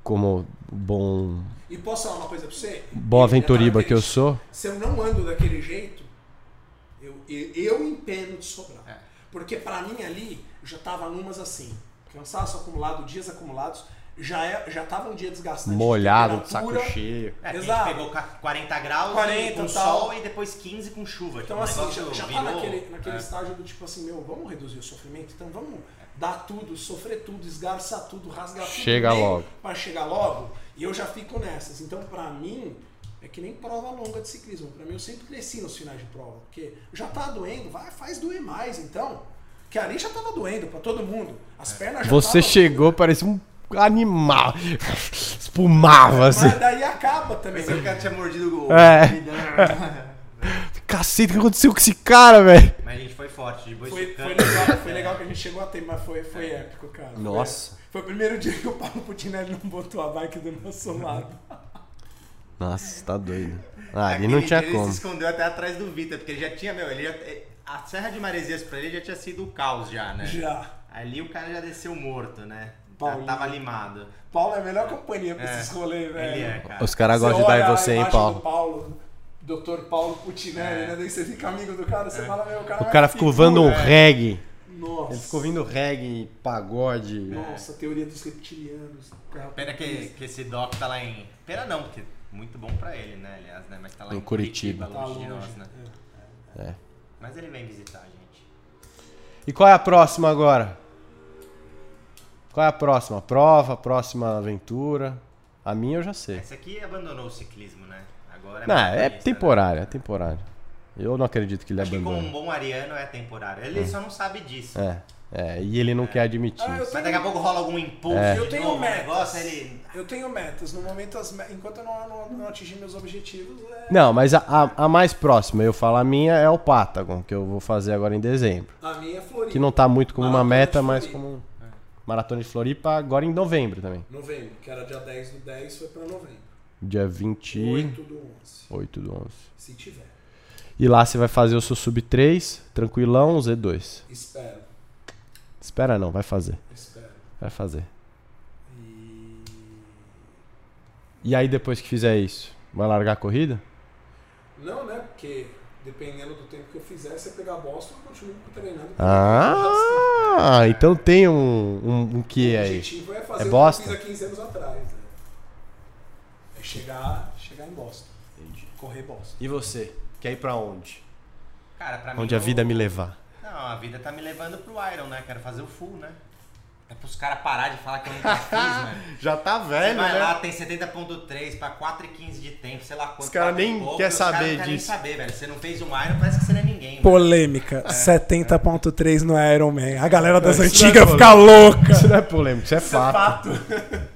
Speaker 2: como bom,
Speaker 3: E posso falar uma coisa pra você? é
Speaker 2: bom aventuriba que eu sou.
Speaker 3: Se eu não ando daquele jeito, eu, eu, eu empeno de sobrar.
Speaker 4: É.
Speaker 3: Porque pra mim ali, já tava numas assim. Cansaço acumulado, dias acumulados. Já, é, já tava um dia desgastante. de
Speaker 2: Molhado, de saco
Speaker 3: temperatura.
Speaker 2: cheio.
Speaker 4: É, porque a
Speaker 3: Exato.
Speaker 4: gente pegou ca- 40 graus
Speaker 3: 40
Speaker 4: com
Speaker 3: e tal.
Speaker 4: sol e depois 15 com chuva.
Speaker 3: Então,
Speaker 4: Tipo, o
Speaker 3: assim, já,
Speaker 4: negócio
Speaker 3: já tá
Speaker 4: virou-
Speaker 3: naquele, naquele
Speaker 4: É.
Speaker 3: estágio do tipo assim, meu, vamos reduzir o sofrimento? Então vamos dar tudo, sofrer tudo, esgarçar tudo, rasgar tudo.
Speaker 2: Chega
Speaker 3: mesmo
Speaker 2: logo.
Speaker 3: Pra chegar logo. E eu já fico nessas. Então, pra mim, é que nem prova longa de ciclismo. Pra mim, eu sempre cresci nos finais de prova. Porque já tá doendo, vai, faz doer mais, então. Que ali já tava doendo pra todo mundo. As
Speaker 4: É.
Speaker 3: pernas já
Speaker 2: Você
Speaker 3: tavam-
Speaker 2: chegou, parecia um animal. Espumava, assim.
Speaker 3: Mas daí acaba também.
Speaker 4: Pensei que o
Speaker 3: né?
Speaker 4: cara tinha mordido o.
Speaker 2: É.
Speaker 4: o-
Speaker 2: Cacete, o que aconteceu com esse cara, velho?
Speaker 4: Mas a gente foi É. forte, de boi
Speaker 3: Foi, foi
Speaker 4: sucana.
Speaker 3: legal, foi legal que a gente chegou a ter, mas foi, foi épico, cara. Foi-
Speaker 2: Nossa.
Speaker 3: Foi, o primeiro dia que o Paulo Putinelli não botou a bike do nosso lado.
Speaker 2: Nossa, tá doido. Ah, ali
Speaker 4: Aquele
Speaker 2: não
Speaker 4: dia
Speaker 2: tinha
Speaker 4: ele
Speaker 2: como.
Speaker 4: se escondeu até atrás do Vitor, porque ele já tinha, meu, ele já, é, a Serra de Maresias pra ele já tinha sido o caos <laughs> já, né?
Speaker 3: Já.
Speaker 4: Ali o cara já desceu morto, né? Já
Speaker 3: Paulinho.
Speaker 4: Tava limado.
Speaker 3: Paulo é a melhor companhia pra
Speaker 4: É,
Speaker 3: esses rolês, velho.
Speaker 4: Ele é, cara.
Speaker 2: Os caras gostam de
Speaker 3: olha
Speaker 2: dar em
Speaker 3: a
Speaker 2: você, hein,
Speaker 3: imagem
Speaker 2: Paulo?
Speaker 3: do Paulo, Dr. Paulo Putinelli,
Speaker 4: É.
Speaker 3: né? Daí você fica amigo do cara, você fala, meu, o cara é
Speaker 2: O cara ficou vando um reggae.
Speaker 3: Nossa.
Speaker 2: Ele ficou ouvindo reggae, pagode.
Speaker 3: Nossa, teoria dos reptilianos. cara.
Speaker 4: Pena que, que esse Doc tá lá em. Pena não, porque muito bom pra ele, né? Aliás, né? Mas tá lá
Speaker 2: Em
Speaker 4: em,
Speaker 2: Curitiba.
Speaker 3: Tá
Speaker 4: longe
Speaker 3: longe.
Speaker 4: de nós, né?
Speaker 2: É.
Speaker 4: Mas ele vem visitar a gente.
Speaker 2: E qual é a próxima agora? Qual é a próxima? Prova, próxima aventura? A minha eu já sei.
Speaker 4: Esse aqui abandonou o ciclismo, né? Agora é
Speaker 2: Não, é
Speaker 4: motorista, né?
Speaker 2: temporária, é temporária. Eu não acredito que ele
Speaker 4: Acho que com um
Speaker 2: abandone.
Speaker 4: bom ariano é temporário. Ele só não sabe disso.
Speaker 2: É, é, e ele não quer admitir.
Speaker 3: Ah, eu
Speaker 4: Mas
Speaker 3: tenho,
Speaker 4: daqui a pouco rola algum impulso.
Speaker 2: É.
Speaker 4: de
Speaker 3: É. Eu tenho
Speaker 4: novo, um
Speaker 3: metas.
Speaker 4: negócio, ele.
Speaker 3: eu tenho metas. No momento, as me- enquanto eu não, não, não atingir meus objetivos, é...
Speaker 2: Não, mas a, a- a mais próxima, eu falo a minha, é o Patagon, que eu vou fazer agora em dezembro.
Speaker 3: a minha é Floripa.
Speaker 2: Que não tá muito como uma
Speaker 3: Maratona
Speaker 2: meta,
Speaker 3: de
Speaker 2: mas
Speaker 3: Floripa. é.
Speaker 2: como um Maratona de Floripa agora em novembro também.
Speaker 3: Novembro, que era dia 10 do 10, foi pra novembro.
Speaker 2: Dia 28
Speaker 3: 8 do 11,
Speaker 2: do 11.
Speaker 3: se tiver.
Speaker 2: E lá você vai fazer o seu sub 3, tranquilão, Z2.
Speaker 3: Espero,
Speaker 2: Espera não, vai fazer.
Speaker 3: espero.
Speaker 2: Vai fazer.
Speaker 3: E.
Speaker 2: E aí depois que fizer isso, vai largar a corrida?
Speaker 3: Não, né? Porque dependendo do tempo que eu fizer, se eu pegar bosta, eu continuo treinando.
Speaker 2: Ah, então tem um, um, um que
Speaker 3: o
Speaker 2: aí.
Speaker 3: objetivo é fazer
Speaker 2: É
Speaker 3: o que eu
Speaker 2: Boston?
Speaker 3: fiz há 15 anos atrás. Né? É chegar, chegar em Boston. Correr Boston.
Speaker 2: E você? Quer ir pra onde?
Speaker 4: Cara, pra
Speaker 2: Onde a
Speaker 4: mim, eu-
Speaker 2: vida me levar.
Speaker 4: Não, a vida tá me levando pro Iron, né? Quero fazer o full, né? É pros caras parar de falar que eu nunca fiz,
Speaker 2: <laughs>
Speaker 4: mano.
Speaker 2: Já tá
Speaker 4: Você
Speaker 3: né?
Speaker 4: vai lá, tem 70.3 pra 4,15 de tempo, sei lá quanto.
Speaker 2: Os cara
Speaker 4: quatro e
Speaker 2: nem
Speaker 4: pouco,
Speaker 2: quer
Speaker 4: e os cara
Speaker 2: saber
Speaker 4: não quer nem
Speaker 2: disso.
Speaker 4: saber, velho. Você não fez um Iron, parece que você não é ninguém. mano.
Speaker 3: Polêmica, 70.3 no Iron Man. A galera
Speaker 2: Isso
Speaker 3: das
Speaker 2: não é antigas fica <laughs>
Speaker 3: louca.
Speaker 2: Isso não é polêmico, isso é fato.
Speaker 4: <laughs>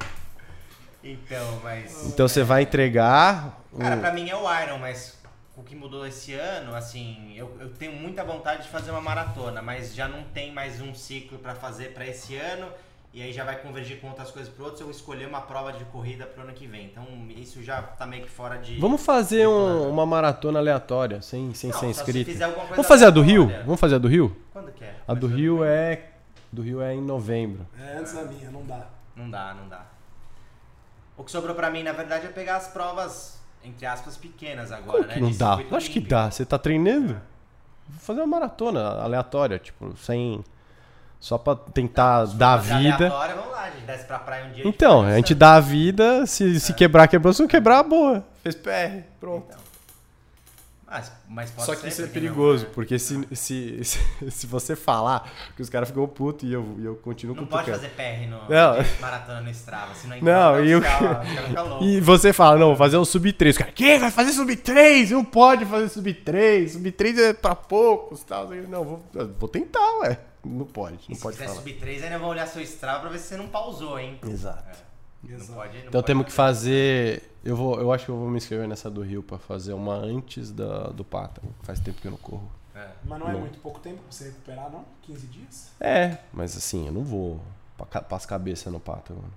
Speaker 4: Então, mas.
Speaker 2: Então você vai entregar. um-
Speaker 4: Cara, pra mim é o Iron, mas o que mudou esse ano, assim, eu, eu tenho muita vontade de fazer uma maratona, mas já não tem mais um ciclo pra fazer pra esse ano. E aí já vai convergir com outras coisas pro outro, se eu escolher uma prova de corrida pro ano que vem. Então isso já tá meio que fora de.
Speaker 2: Vamos fazer um- uma maratona aleatória, sem, sem
Speaker 4: Não,
Speaker 2: ser
Speaker 4: só se
Speaker 2: inscrito.
Speaker 4: fizer alguma coisa
Speaker 2: Vamos fazer a do Rio?
Speaker 4: aleatória.
Speaker 2: Vamos fazer a do Rio?
Speaker 4: Quando que é?
Speaker 2: A do Rio é. Do Rio é em novembro.
Speaker 3: É, antes da minha, não dá.
Speaker 4: Não dá, não dá. O que sobrou pra mim, na verdade, é pegar as provas, entre aspas, pequenas agora,
Speaker 2: Como
Speaker 4: né?
Speaker 2: que não
Speaker 4: de
Speaker 2: dá?
Speaker 4: circuito
Speaker 2: Eu acho que
Speaker 4: olímpico.
Speaker 2: dá. Você tá treinando? Vou fazer uma maratona aleatória, tipo, sem. Só pra tentar dar a
Speaker 4: Fazer
Speaker 2: vida.
Speaker 4: aleatória, vamos lá, a gente desce pra praia um dia.
Speaker 2: Então,
Speaker 4: gente
Speaker 2: a
Speaker 4: vai
Speaker 2: gente dá a
Speaker 4: É.
Speaker 2: vida, se, se quebrar, quebrou, se não quebrar, boa. Fez PR, pronto.
Speaker 4: Então. Mas, mas pode
Speaker 2: Só
Speaker 4: ser,
Speaker 2: que isso é
Speaker 4: por não?
Speaker 2: perigoso, porque se, se, <laughs> se, se você falar, que os caras ficam putos e eu, e eu continuo
Speaker 4: Não pode
Speaker 2: cutucando.
Speaker 4: fazer PR no
Speaker 2: Não.
Speaker 4: de <laughs> maratona no Strava, senão
Speaker 2: Não, e o <laughs>
Speaker 4: cara fica louco.
Speaker 2: E você fala, não, vou fazer um sub 3. O cara, que? Vai fazer sub 3? Não pode fazer sub 3. Sub 3 é pra poucos tal. Eu, não, vou, vou tentar, ué. Não pode,
Speaker 4: E
Speaker 2: não
Speaker 4: se
Speaker 2: pode
Speaker 4: quiser
Speaker 2: falar.
Speaker 4: subir 3, ainda vão olhar seu Strava pra ver se você não pausou, hein?
Speaker 2: Exato.
Speaker 4: Não
Speaker 3: Exato.
Speaker 4: pode, É, não
Speaker 2: Então
Speaker 4: pode
Speaker 2: temos que
Speaker 4: fazer.
Speaker 2: fazer. Eu, vou, eu acho que eu vou me inscrever nessa do Rio pra fazer uma antes da, do Pata. Faz tempo que eu não corro.
Speaker 4: É.
Speaker 3: Mas não é
Speaker 2: Não.
Speaker 3: muito pouco tempo pra você recuperar, não? 15 dias?
Speaker 2: É, mas assim, eu não vou pa- ca- pras cabeça no Pata, mano.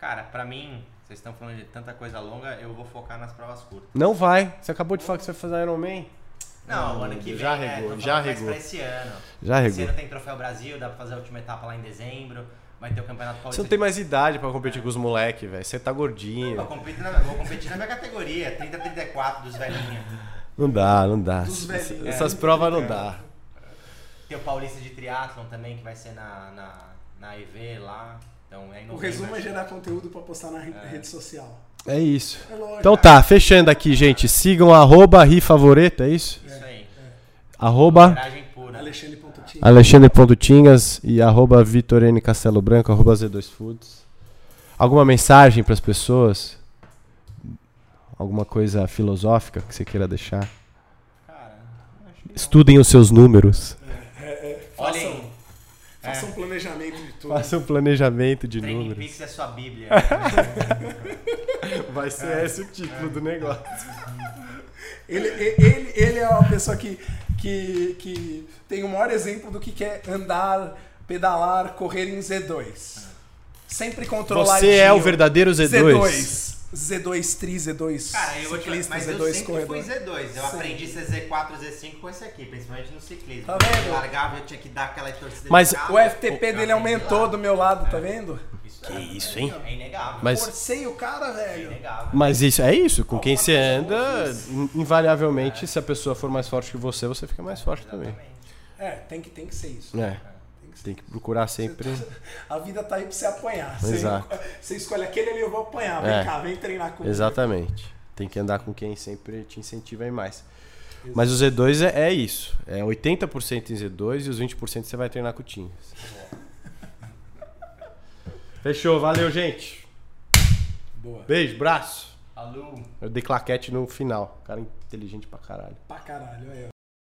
Speaker 4: Cara, pra mim, vocês estão falando de tanta coisa longa, eu vou focar nas provas curtas.
Speaker 2: Não vai. Você acabou de falar que você vai fazer Iron Man?
Speaker 4: Não,
Speaker 2: Não,
Speaker 4: ano que vem.
Speaker 2: já
Speaker 4: né?
Speaker 2: regou,
Speaker 4: Tô
Speaker 2: já
Speaker 4: falando mais
Speaker 2: regou.
Speaker 4: Pra esse ano.
Speaker 2: Já
Speaker 4: Esse
Speaker 2: regou.
Speaker 4: ano tem Troféu Brasil, dá pra fazer a última etapa lá em dezembro. Vai ter o Campeonato
Speaker 2: Você
Speaker 4: Paulista.
Speaker 2: não tem mais idade pra competir com os moleque, velho. Você tá
Speaker 4: de- Eu
Speaker 2: gordinho.
Speaker 4: compito na- eu vou competir na minha categoria, 30 34 dos velhinhos.
Speaker 2: Não dá, não dá.
Speaker 3: Dos
Speaker 4: né?
Speaker 3: velhinhos.
Speaker 2: Essas provas não dá.
Speaker 4: Tem o Paulista de Triathlon também, que vai ser na, na, na EV lá. Então, é em
Speaker 3: O
Speaker 4: novembro.
Speaker 3: resumo é gerar conteúdo pra postar na re- rede social.
Speaker 2: É isso.
Speaker 3: É lógico.
Speaker 2: Então tá, fechando aqui, gente. Sigam arroba rifavoreta, é isso?
Speaker 4: Isso aí.
Speaker 2: Arroba
Speaker 4: Coragem pura.
Speaker 3: Alexandre.tinho.
Speaker 2: alexandre.tingas e arroba vitorene castelo branco, arroba z2foods. Alguma mensagem pras pessoas? Alguma coisa filosófica que você queira deixar?
Speaker 4: Cara, acho que não.
Speaker 2: Estudem os seus números.
Speaker 4: Olhem,
Speaker 3: Faça
Speaker 4: É.
Speaker 3: um planejamento de tudo.
Speaker 2: Faça um planejamento de
Speaker 4: Training
Speaker 2: números.
Speaker 4: Peaks é sua
Speaker 3: <laughs>
Speaker 4: bíblia.
Speaker 2: Vai ser esse o título do negócio.
Speaker 3: Ele, ele, ele é uma pessoa que, que, que tem o maior exemplo do que é andar, pedalar, correr em Z2.
Speaker 4: É.
Speaker 3: Sempre controlar
Speaker 2: Você é o verdadeiro Z2.
Speaker 3: Z2. Z2 tri, Z2
Speaker 4: Cara, eu vou te
Speaker 3: ciclista,
Speaker 4: mas eu
Speaker 3: Z2
Speaker 4: sempre
Speaker 3: corredor.
Speaker 4: fui Z2. Eu
Speaker 3: Sim.
Speaker 4: aprendi ser Z4, Z5 com esse aqui, principalmente no ciclismo.
Speaker 3: Tá vendo?
Speaker 4: Eu largava, eu tinha que dar aquela torcida
Speaker 2: Mas
Speaker 4: de carro,
Speaker 3: O FTP
Speaker 4: eu
Speaker 3: dele
Speaker 4: aprendi
Speaker 3: aumentou
Speaker 4: lá. É.
Speaker 3: do meu lado, tá vendo?
Speaker 4: Isso
Speaker 2: Que
Speaker 4: é-
Speaker 2: isso, hein?
Speaker 4: É inegável.
Speaker 2: Mas,
Speaker 3: Forcei o cara,
Speaker 4: É
Speaker 3: velho.
Speaker 4: inegável.
Speaker 2: mas isso é isso. Com quem você anda, in- invariavelmente, se a pessoa for mais forte que você, você fica mais forte também.
Speaker 4: Exatamente.
Speaker 3: É, tem que, tem que ser isso.
Speaker 2: É. Tem que procurar sempre.
Speaker 3: A vida tá aí pra você apanhar. Você-
Speaker 2: Exato.
Speaker 3: <laughs> Você escolhe aquele ali, eu vou apanhar. Vem
Speaker 2: É.
Speaker 3: cá, vem treinar comigo.
Speaker 2: Exatamente. Tem que andar com quem sempre te incentiva a ir mais. Mas o Z2 é, é isso. É 80% em Z2 e os 20% você vai treinar com o Tinhas. É. Fechou, valeu, gente.
Speaker 3: Boa.
Speaker 2: Beijo, braço.
Speaker 4: Alô.
Speaker 2: Eu dei claquete no final. Cara é inteligente pra caralho.
Speaker 3: Pra caralho, aí, ó.